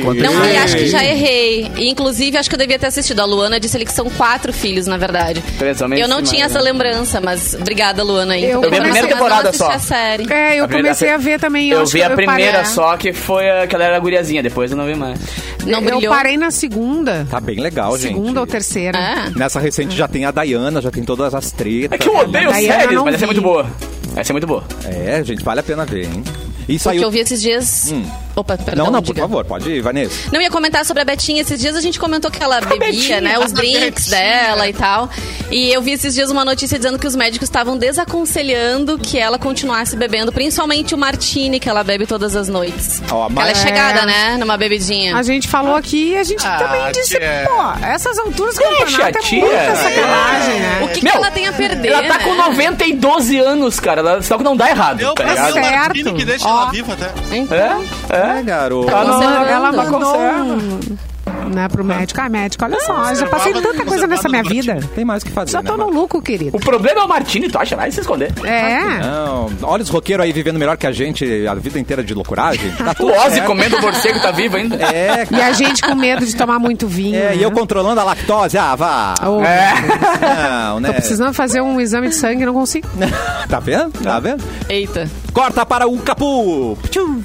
Speaker 6: Quando
Speaker 3: Não, é.
Speaker 6: eles-
Speaker 3: e acho que já errei. E, inclusive, acho que eu devia ter assistido. A Luana disse ali que são quatro filhos, na verdade.
Speaker 2: Três homens
Speaker 3: Eu não
Speaker 2: e uma
Speaker 3: tinha essa
Speaker 2: mulher.
Speaker 3: lembrança, mas obrigada, Luana. aí.
Speaker 5: Eu
Speaker 3: Tô
Speaker 5: vi a primeira
Speaker 3: informação, mas não
Speaker 2: temporada
Speaker 3: assisti
Speaker 2: só.
Speaker 3: A série.
Speaker 5: É, eu comecei a ver também.
Speaker 2: Eu
Speaker 5: acho
Speaker 2: vi
Speaker 5: que
Speaker 2: a primeira
Speaker 5: parei-
Speaker 2: só, que foi a- que ela era guriazinha, depois eu não vi mais.
Speaker 3: Não
Speaker 5: Eu
Speaker 3: brilhou.
Speaker 5: parei na segunda.
Speaker 1: Tá bem legal, gente.
Speaker 5: segunda ou terceira.
Speaker 3: Ah,
Speaker 1: Nessa recente já tem a Dayana, já tem todas as tretas.
Speaker 2: É que eu odeio
Speaker 5: Daí eu
Speaker 2: séries,
Speaker 5: não
Speaker 2: mas essa é
Speaker 5: vi.
Speaker 2: muito boa. Essa é muito boa.
Speaker 1: É, gente, vale a pena ver, hein? E
Speaker 3: o
Speaker 1: saiu.
Speaker 3: que eu vi esses dias... Opa, perdão.
Speaker 1: Não, não, por
Speaker 3: diga.
Speaker 1: favor, pode ir, Vanessa.
Speaker 3: Não eu ia comentar sobre a Betinha. Esses dias a gente comentou que ela bebia,
Speaker 2: Betinha,
Speaker 3: né? Os
Speaker 2: a
Speaker 3: drinks
Speaker 2: Betinha.
Speaker 3: dela e tal. E eu vi esses dias uma notícia dizendo que os médicos estavam desaconselhando que ela continuasse bebendo, principalmente o martini que ela bebe todas as noites.
Speaker 1: Ó, a
Speaker 3: Porque ela é
Speaker 1: Mar-
Speaker 3: chegada, né? Numa bebidinha.
Speaker 5: A gente falou aqui e a gente
Speaker 4: Ah,
Speaker 5: também disse,
Speaker 4: tia.
Speaker 5: pô, essas alturas do
Speaker 2: Deixa,
Speaker 5: campeonato é
Speaker 2: tia.
Speaker 5: muita sacanagem,
Speaker 3: O
Speaker 5: né?
Speaker 3: que, que
Speaker 2: Meu,
Speaker 3: ela tem a perder?
Speaker 2: Ela tá
Speaker 3: né?
Speaker 2: com 90 e 12 anos, cara. Ela, só que não dá errado,
Speaker 4: Deu
Speaker 2: tá
Speaker 4: pra
Speaker 2: ligado?
Speaker 4: ser
Speaker 5: Certo.
Speaker 4: o Martini que deixa
Speaker 5: Ó.
Speaker 4: ela viva até.
Speaker 3: Então,
Speaker 2: É? É?
Speaker 1: É, garoto.
Speaker 3: Tá
Speaker 5: Ela,
Speaker 3: conservando.
Speaker 5: ela
Speaker 2: Ela
Speaker 5: mandou
Speaker 2: conserva.
Speaker 5: um- né, pro médico. Ai, médico, olha só, já passei
Speaker 4: conservava-
Speaker 5: tanta coisa nessa minha vida.
Speaker 1: Tem mais o que fazer.
Speaker 5: Já
Speaker 1: né,
Speaker 5: tô no
Speaker 1: Mar-
Speaker 5: lucro, querido.
Speaker 2: O problema é o Martini, tu acha? Vai se esconder.
Speaker 5: É.
Speaker 1: Não, olha os roqueiros aí vivendo melhor que a gente a vida inteira de loucuragem. Tá
Speaker 2: O
Speaker 1: tudo
Speaker 2: Ozzy
Speaker 1: certo.
Speaker 2: comendo o morcego tá vivo ainda.
Speaker 1: É,
Speaker 5: E a gente com medo de tomar muito vinho.
Speaker 1: é,
Speaker 5: né?
Speaker 1: e eu controlando a lactose. Ah, vá.
Speaker 5: Ô,
Speaker 2: É.
Speaker 1: Não, né?
Speaker 5: Oh. Tô precisando fazer um exame de sangue, não consigo.
Speaker 1: Tá vendo? Tá vendo?
Speaker 3: eita.
Speaker 1: Corta para o Capu. Tchum.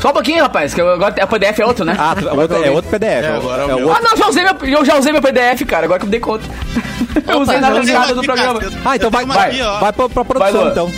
Speaker 2: Só um pouquinho, rapaz, que eu- agora é o PDF é outro, né?
Speaker 1: Ah, tu- é outro- é outro PDF.
Speaker 4: É, agora é o
Speaker 1: é o
Speaker 2: Ah,
Speaker 4: meu.
Speaker 1: outro.
Speaker 2: não, já usei meu, eu já usei meu PDF, cara, agora que eu me dei conta. Eu usei na
Speaker 4: Eu tenho
Speaker 2: virada
Speaker 4: uma
Speaker 2: do
Speaker 4: aqui,
Speaker 2: programa.
Speaker 4: cara. Eu
Speaker 1: Ah, então
Speaker 4: tenho
Speaker 1: vai,
Speaker 4: uma
Speaker 1: vai,
Speaker 4: aqui, ó.
Speaker 1: vai pra, pra produção,
Speaker 2: Vai, Lu.
Speaker 1: então.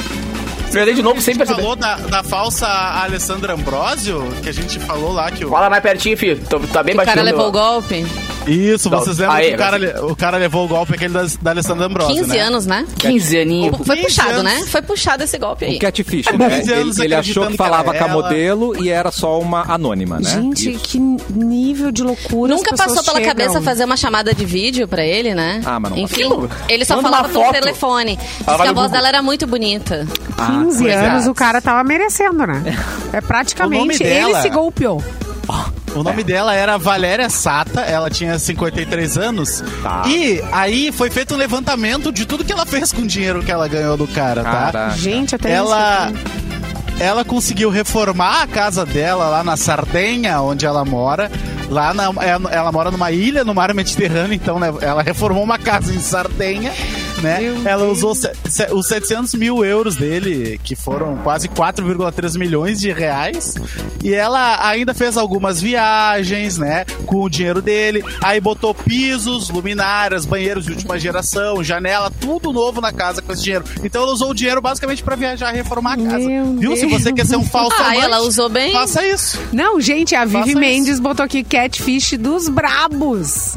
Speaker 2: Eu dei de novo sem
Speaker 4: A gente
Speaker 2: perceber.
Speaker 4: falou da, da falsa Alessandra Ambrosio, que a gente falou lá que o.
Speaker 2: Fala mais pertinho, filho. Tô- tá bem
Speaker 3: O cara
Speaker 2: baixinho.
Speaker 3: levou
Speaker 2: meu.
Speaker 3: o golpe.
Speaker 4: Isso, vocês lembram
Speaker 2: Aí,
Speaker 4: que o cara, le- o cara levou o golpe aquele das- da, Alessandra Ambrosio.
Speaker 3: 15
Speaker 4: né?
Speaker 3: anos, né?
Speaker 2: 15 aninhos.
Speaker 3: Foi
Speaker 4: 15
Speaker 3: puxado,
Speaker 4: anos.
Speaker 3: né? Foi puxado esse golpe aí.
Speaker 1: O catfish, né?
Speaker 4: 15 anos
Speaker 1: Ele, ele achou
Speaker 4: acreditando
Speaker 1: que falava
Speaker 4: que
Speaker 1: com a
Speaker 4: era ela.
Speaker 1: modelo e era só uma anônima, né?
Speaker 5: Gente,
Speaker 1: Isso.
Speaker 5: que nível de loucura. as
Speaker 3: Nunca
Speaker 5: pessoas
Speaker 3: passou pela
Speaker 5: chegam.
Speaker 3: cabeça fazer uma chamada de vídeo pra ele, né?
Speaker 1: Ah, mas não
Speaker 3: Enfim,
Speaker 2: passou.
Speaker 3: ele só
Speaker 2: Manda
Speaker 3: falava
Speaker 2: uma
Speaker 3: pelo
Speaker 2: foto.
Speaker 3: telefone. Diz
Speaker 2: Ela vai
Speaker 3: que a
Speaker 2: no
Speaker 3: voz
Speaker 2: Google.
Speaker 3: dela era muito bonita.
Speaker 5: 15
Speaker 1: Ah,
Speaker 5: anos,
Speaker 1: coisa.
Speaker 5: o cara tava merecendo, né? É
Speaker 4: O nome
Speaker 5: praticamente. Ele
Speaker 4: dela-
Speaker 5: se golpeou.
Speaker 4: O nome dela era Valéria Sata, ela tinha 53 anos.
Speaker 1: Tá.
Speaker 4: E aí foi feito um levantamento de tudo que ela fez com o dinheiro que ela ganhou do cara, tá?
Speaker 1: Caraca.
Speaker 5: Gente, até
Speaker 4: Ela.
Speaker 5: isso.
Speaker 4: Ela conseguiu reformar a casa dela lá na Sardenha, onde ela mora. Lá na- ela, ela mora numa ilha no mar Mediterrâneo, então né, ela reformou uma casa em Sardenha, né?
Speaker 5: Meu
Speaker 4: ela usou se- se- os 700 mil euros dele, que foram quase 4,3 milhões de reais. E ela ainda fez algumas viagens, né? Com o dinheiro dele. Aí botou pisos, luminárias, banheiros de última geração, janela, tudo novo na casa com esse dinheiro. Então ela usou o dinheiro basicamente para viajar e reformar a casa.
Speaker 5: Meu
Speaker 4: Viu? Se
Speaker 5: Deus.
Speaker 4: você quer ser um falso
Speaker 3: Ah,
Speaker 4: amante,
Speaker 3: ela usou bem.
Speaker 4: Faça isso.
Speaker 5: Não, gente, a Vivi
Speaker 4: isso.
Speaker 5: Mendes botou aqui Catfish dos Brabos.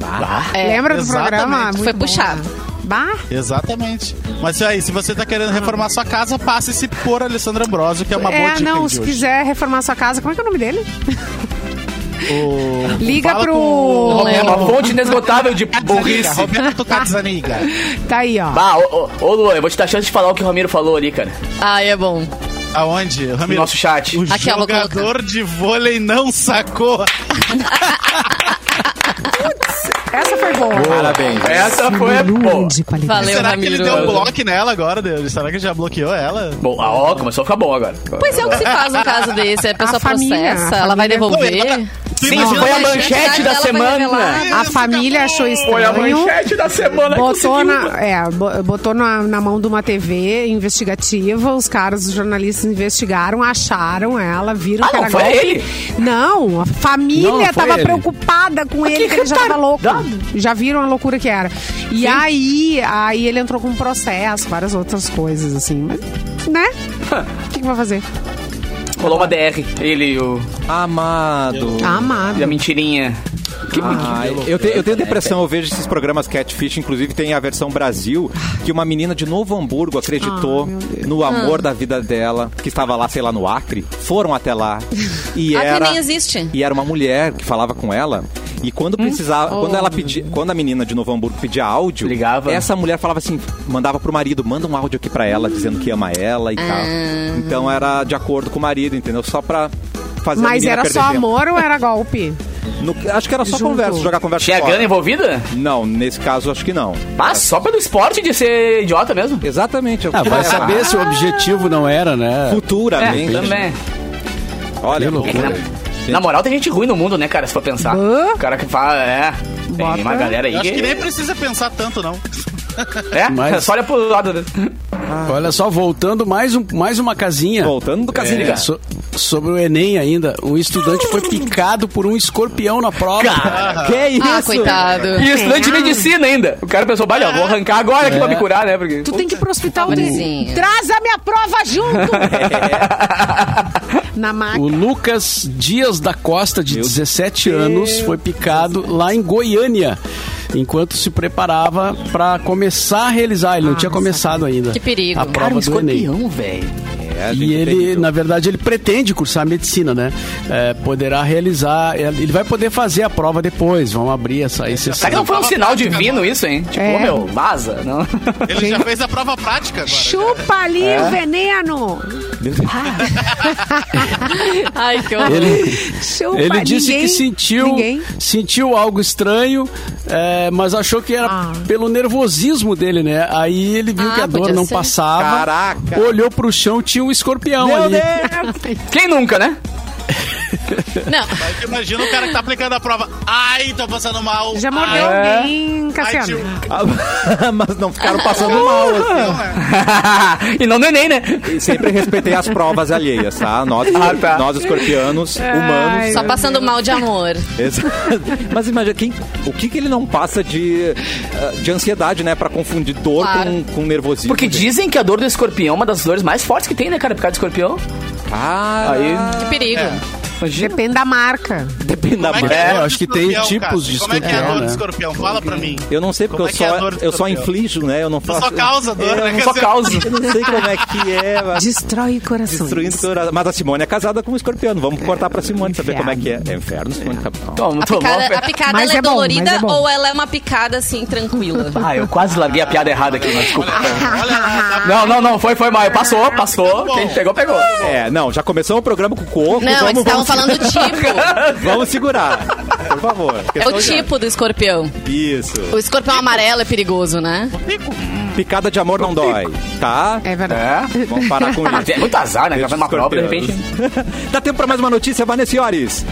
Speaker 3: É.
Speaker 5: Lembra do
Speaker 4: exatamente.
Speaker 5: programa?
Speaker 4: Foi
Speaker 5: Muito bom,
Speaker 3: puxado.
Speaker 5: né? Bah.
Speaker 4: Exatamente. Mas aí, se você tá querendo reformar sua casa, passe-se por Alessandra Ambrosio, que é uma boa
Speaker 5: é,
Speaker 4: dica
Speaker 5: não,
Speaker 4: aí de
Speaker 5: se
Speaker 4: hoje.
Speaker 5: quiser reformar sua casa, como é que é o nome dele?
Speaker 4: O-
Speaker 5: Liga
Speaker 4: fala
Speaker 5: pro-
Speaker 4: com o
Speaker 5: Não
Speaker 2: É
Speaker 4: Roberto
Speaker 2: uma fonte inesgotável de
Speaker 4: Catzaniga,
Speaker 2: burrice.
Speaker 4: Roberto Catzaniga.
Speaker 5: Tá aí, ó.
Speaker 2: Bah, ô, ô, ô Luan, eu vou te dar chance de falar o que o Ramiro falou ali, cara.
Speaker 3: Ai, é bom.
Speaker 4: Aonde? Ramiro?
Speaker 2: nosso chat.
Speaker 4: O
Speaker 3: Aqui, ó, vou
Speaker 4: jogador de vôlei não sacou.
Speaker 5: Essa foi boa.
Speaker 1: Parabéns.
Speaker 2: Essa foi a
Speaker 5: Menu
Speaker 2: boa.
Speaker 5: de qualidade.
Speaker 3: Valeu,
Speaker 4: Será que
Speaker 3: Ramiro.
Speaker 4: ele deu um bloco nela agora, Deus? Será que já bloqueou ela?
Speaker 2: Bom, ah, ó, começou a ficar bom agora.
Speaker 3: Pois é, o que se faz no caso desse? A pessoa
Speaker 5: família,
Speaker 3: processa,
Speaker 5: a
Speaker 3: ela vai
Speaker 5: família.
Speaker 3: devolver.
Speaker 4: Não, tu
Speaker 2: Sim,
Speaker 4: imagina
Speaker 2: tá- foi a
Speaker 4: a
Speaker 2: manchete
Speaker 3: identidade
Speaker 2: da
Speaker 3: dela foi
Speaker 2: semana.
Speaker 3: revelada.
Speaker 5: A família achou
Speaker 2: Foi a
Speaker 5: estranho.
Speaker 2: manchete da semana que
Speaker 5: Botou,
Speaker 2: conseguiu.
Speaker 5: na, é, bo- botou na, na mão de uma TV investigativa, os caras, os jornalistas investigaram, acharam ela, viram
Speaker 2: Ah,
Speaker 5: que
Speaker 2: não,
Speaker 5: era
Speaker 2: foi
Speaker 5: golpe.
Speaker 2: ele?
Speaker 5: Não, a família
Speaker 6: Não, foi
Speaker 5: tava
Speaker 6: ele.
Speaker 5: preocupada com ele, que ele já tava louco.
Speaker 2: retardado.
Speaker 5: Já viram a loucura que era. E aí, aí ele entrou com um processo, várias outras coisas, assim. Mas, né? O que, que vai fazer?
Speaker 2: Rolou uma DR, ele e o-
Speaker 1: Amado.
Speaker 5: Amado.
Speaker 2: e a mentirinha. Que né, É.
Speaker 1: Ai, Ah, eu, te- eu tenho depressão, eu vejo esses programas Catfish, inclusive tem a versão Brasil, que uma menina de Novo Hamburgo acreditou no amor da vida dela, que estava lá, sei lá, no Acre, foram até lá. E
Speaker 3: Acre
Speaker 1: era,
Speaker 3: nem existe.
Speaker 1: E era uma mulher que falava com ela. E
Speaker 5: Hum?
Speaker 1: quando precisava,
Speaker 5: Oh.
Speaker 1: quando ela pedia, quando a menina de Novo Hamburgo pedia áudio,
Speaker 2: Ligava.
Speaker 1: essa mulher falava assim, mandava pro marido, manda um áudio aqui pra ela dizendo que ama ela e
Speaker 5: Ah.
Speaker 1: tal. Então era de acordo com o marido, entendeu? Só pra fazer a
Speaker 5: Mas
Speaker 1: menina
Speaker 5: era
Speaker 1: perder
Speaker 5: só
Speaker 1: tempo.
Speaker 5: amor ou era golpe?
Speaker 1: No- acho que era só conversa, jogar conversa
Speaker 2: Tinha
Speaker 1: fora.
Speaker 2: grana envolvida?
Speaker 1: Não, nesse caso acho que não.
Speaker 2: Ah, só pelo esporte de ser idiota mesmo?
Speaker 1: Exatamente. eu-
Speaker 6: Ah, vai saber se o objetivo não era, né?
Speaker 1: Futuramente.
Speaker 2: É, também. É
Speaker 1: Olha,
Speaker 6: Que loucura.
Speaker 1: loucura.
Speaker 2: Na moral, tem gente ruim no mundo, né, cara? Se for pensar.
Speaker 5: Hã?
Speaker 2: O cara que fala, é. Tem
Speaker 5: Bota.
Speaker 2: uma galera aí
Speaker 4: Eu acho que
Speaker 2: que-
Speaker 4: nem precisa pensar tanto, não.
Speaker 2: É,
Speaker 6: Mas-
Speaker 2: só olha pro lado. né?
Speaker 6: Olha só, voltando mais, um, mais uma casinha.
Speaker 1: Voltando do casinho.
Speaker 6: É, so- sobre o Enem ainda, um estudante foi picado por um escorpião na prova. é
Speaker 1: Que isso?
Speaker 3: Ah, coitado.
Speaker 2: E estudante de medicina ainda. O cara pensou, "Bah, eu vou arrancar agora aqui pra me curar, né? Porque...
Speaker 5: Tu tem que ir pro hospital
Speaker 3: Pobrezinho.
Speaker 5: de... Traz a minha prova junto! Na máquina.
Speaker 6: O Lucas Dias da Costa, de
Speaker 1: Meu
Speaker 6: 17 anos, foi picado lá em Goiânia, enquanto se preparava para começar a realizar. Ele não
Speaker 5: Ah,
Speaker 6: tinha começado ainda.
Speaker 3: Que perigo.
Speaker 6: A
Speaker 2: Cara, um
Speaker 6: prova do Enem.
Speaker 2: escorpião, velho.
Speaker 1: É, gente,
Speaker 6: E ele,
Speaker 1: terrível.
Speaker 6: na verdade, ele pretende cursar medicina, né? É, poderá realizar. Ele vai poder fazer a prova depois. Vão abrir essa exceção.
Speaker 2: Será que não foi um sinal divino isso, hein? Tipo,
Speaker 5: É.
Speaker 2: ô, meu, vaza. Não.
Speaker 4: Ele já fez a prova prática agora.
Speaker 5: Chupa ali o veneno!
Speaker 3: Ai, que
Speaker 1: um
Speaker 3: horror.
Speaker 6: Ele,
Speaker 5: Chupa
Speaker 6: ele disse
Speaker 5: ninguém-
Speaker 6: que sentiu,
Speaker 5: Ninguém.
Speaker 6: sentiu algo estranho, é, mas achou que era
Speaker 5: Ah.
Speaker 6: pelo nervosismo dele, né? Aí ele viu
Speaker 3: Ah,
Speaker 6: que a dor
Speaker 3: podia
Speaker 6: não
Speaker 3: ser.
Speaker 6: passava.
Speaker 1: Caraca.
Speaker 6: Olhou pro chão, tinha um escorpião
Speaker 1: Meu
Speaker 6: ali.
Speaker 1: Deus!
Speaker 2: Quem nunca, né?
Speaker 3: Não,
Speaker 4: Aí tu Imagina o cara que tá aplicando a prova. Ai, tô passando mal.
Speaker 5: Já
Speaker 4: Ai,
Speaker 5: mordeu alguém,
Speaker 4: ai,
Speaker 5: Cassiano.
Speaker 4: tio.
Speaker 1: Ah, Mas não ficaram passando mal. assim.
Speaker 2: e não no Enem, né?
Speaker 1: E Sempre respeitei as provas alheias, tá? Nós,
Speaker 2: Ah, tá.
Speaker 1: nós escorpianos, humanos.
Speaker 3: só passando mal de amor.
Speaker 1: Exato. Mas imagina, quem, o que, que ele não passa de, ah, de ansiedade, né? Pra confundir dor
Speaker 3: Claro.
Speaker 1: com, com nervosismo.
Speaker 2: Porque
Speaker 1: gente.
Speaker 2: dizem que a dor do escorpião é uma das dores mais fortes que tem, né, cara? Por causa do escorpião.
Speaker 1: Ah,
Speaker 2: Aí-
Speaker 3: Que perigo.
Speaker 2: É. Imagina.
Speaker 5: Depende da marca.
Speaker 1: depende da
Speaker 4: Como
Speaker 1: mão.
Speaker 4: é a
Speaker 6: É,
Speaker 4: dor
Speaker 6: acho
Speaker 4: do
Speaker 6: que tem
Speaker 4: escorpião,
Speaker 6: tipos de
Speaker 4: Como é que é a
Speaker 6: escorpião,
Speaker 4: dor do
Speaker 6: né?
Speaker 4: escorpião? Fala pra mim.
Speaker 1: Eu não sei, porque
Speaker 4: Como
Speaker 1: eu
Speaker 4: é que é a
Speaker 1: só,
Speaker 4: dor do
Speaker 1: eu só
Speaker 4: escorpião?
Speaker 1: inflijo, né? Eu não
Speaker 4: Tu
Speaker 1: faço. É,
Speaker 4: só causa dor, né?
Speaker 2: Só
Speaker 4: Cassiano?
Speaker 2: causa.
Speaker 1: Eu não sei como é que é, mas...
Speaker 5: Destrói corações.
Speaker 1: Destruindo toda... Mas a Simone é casada com um escorpiano. Vamos cortar pra Simone saber como é que é. É inferno, Simone Cabral.
Speaker 2: Toma,
Speaker 3: A
Speaker 2: toma.
Speaker 3: picada, a picada,
Speaker 5: Mas
Speaker 3: ela é,
Speaker 5: é bom,
Speaker 3: dolorida
Speaker 5: mas é bom.
Speaker 3: ou ela é uma picada, assim, tranquila?
Speaker 2: Ah, eu quase larguei a piada errada aqui, mas desculpa.
Speaker 4: Olha lá, tá
Speaker 2: Não, não, não, foi, foi mal.
Speaker 3: Ah,
Speaker 2: Passou,
Speaker 3: tá
Speaker 2: passou.
Speaker 4: bom.
Speaker 2: Quem pegou, pegou.
Speaker 1: É, não, já começou o programa com o coco.
Speaker 3: Não, eles
Speaker 1: vamos,
Speaker 3: estavam
Speaker 1: vamos,
Speaker 3: falando do tipo.
Speaker 1: vamos segurar. Por favor.
Speaker 3: É o tipo do escorpião.
Speaker 1: Isso.
Speaker 3: O escorpião amarelo é perigoso, né?
Speaker 1: Picada de amor não dói, tá?
Speaker 5: É verdade.
Speaker 2: É.
Speaker 1: Vamos parar com
Speaker 3: Tá.
Speaker 2: Ah,
Speaker 1: isso.
Speaker 2: é muito azar, né? Vai uma prova, de repente. né?
Speaker 1: Dá tempo pra mais uma notícia, Vanessiores.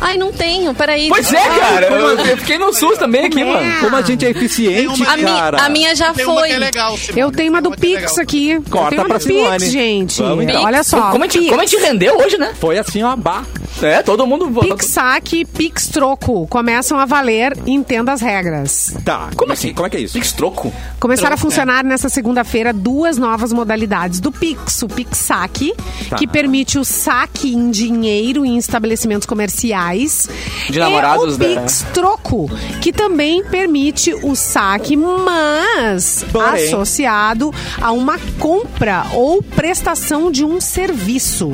Speaker 3: Ai, não tenho, peraí. Ah,
Speaker 2: Pois é, cara. Eu, eu fiquei no SUS também aqui, mano.
Speaker 1: Como a gente é eficiente,
Speaker 4: Tem uma-
Speaker 3: A, mi-
Speaker 1: cara.
Speaker 3: a minha já
Speaker 4: Tem uma
Speaker 3: foi.
Speaker 4: que é legal, Simone.
Speaker 5: Eu tenho uma do
Speaker 4: Tem que é
Speaker 5: Pix
Speaker 4: legal.
Speaker 5: aqui.
Speaker 1: Corta
Speaker 5: eu tenho uma
Speaker 1: pra
Speaker 5: do
Speaker 1: Simone.
Speaker 5: Pix, gente.
Speaker 1: Vamos então.
Speaker 5: Olha só.
Speaker 2: Como é a, gente,
Speaker 5: Pix.
Speaker 2: como a gente rendeu hoje, né?
Speaker 1: Foi assim, ó, bah.
Speaker 2: É, todo mundo votou.
Speaker 5: Pix saque, Pix troco. Começam a valer, entenda as regras.
Speaker 1: Tá.
Speaker 2: Como assim?
Speaker 1: Como é que é isso?
Speaker 2: Pix troco.
Speaker 5: Começaram a
Speaker 2: é.
Speaker 5: funcionar nessa segunda-feira duas novas modalidades do Pix. O Pix Saque,
Speaker 1: Tá.
Speaker 5: que permite o saque em dinheiro em estabelecimentos comerciais.
Speaker 2: De namorados,
Speaker 5: e o
Speaker 2: né?
Speaker 5: Pix Troco, que também permite o saque, mas
Speaker 1: Porém.
Speaker 5: associado a uma compra ou prestação de um serviço.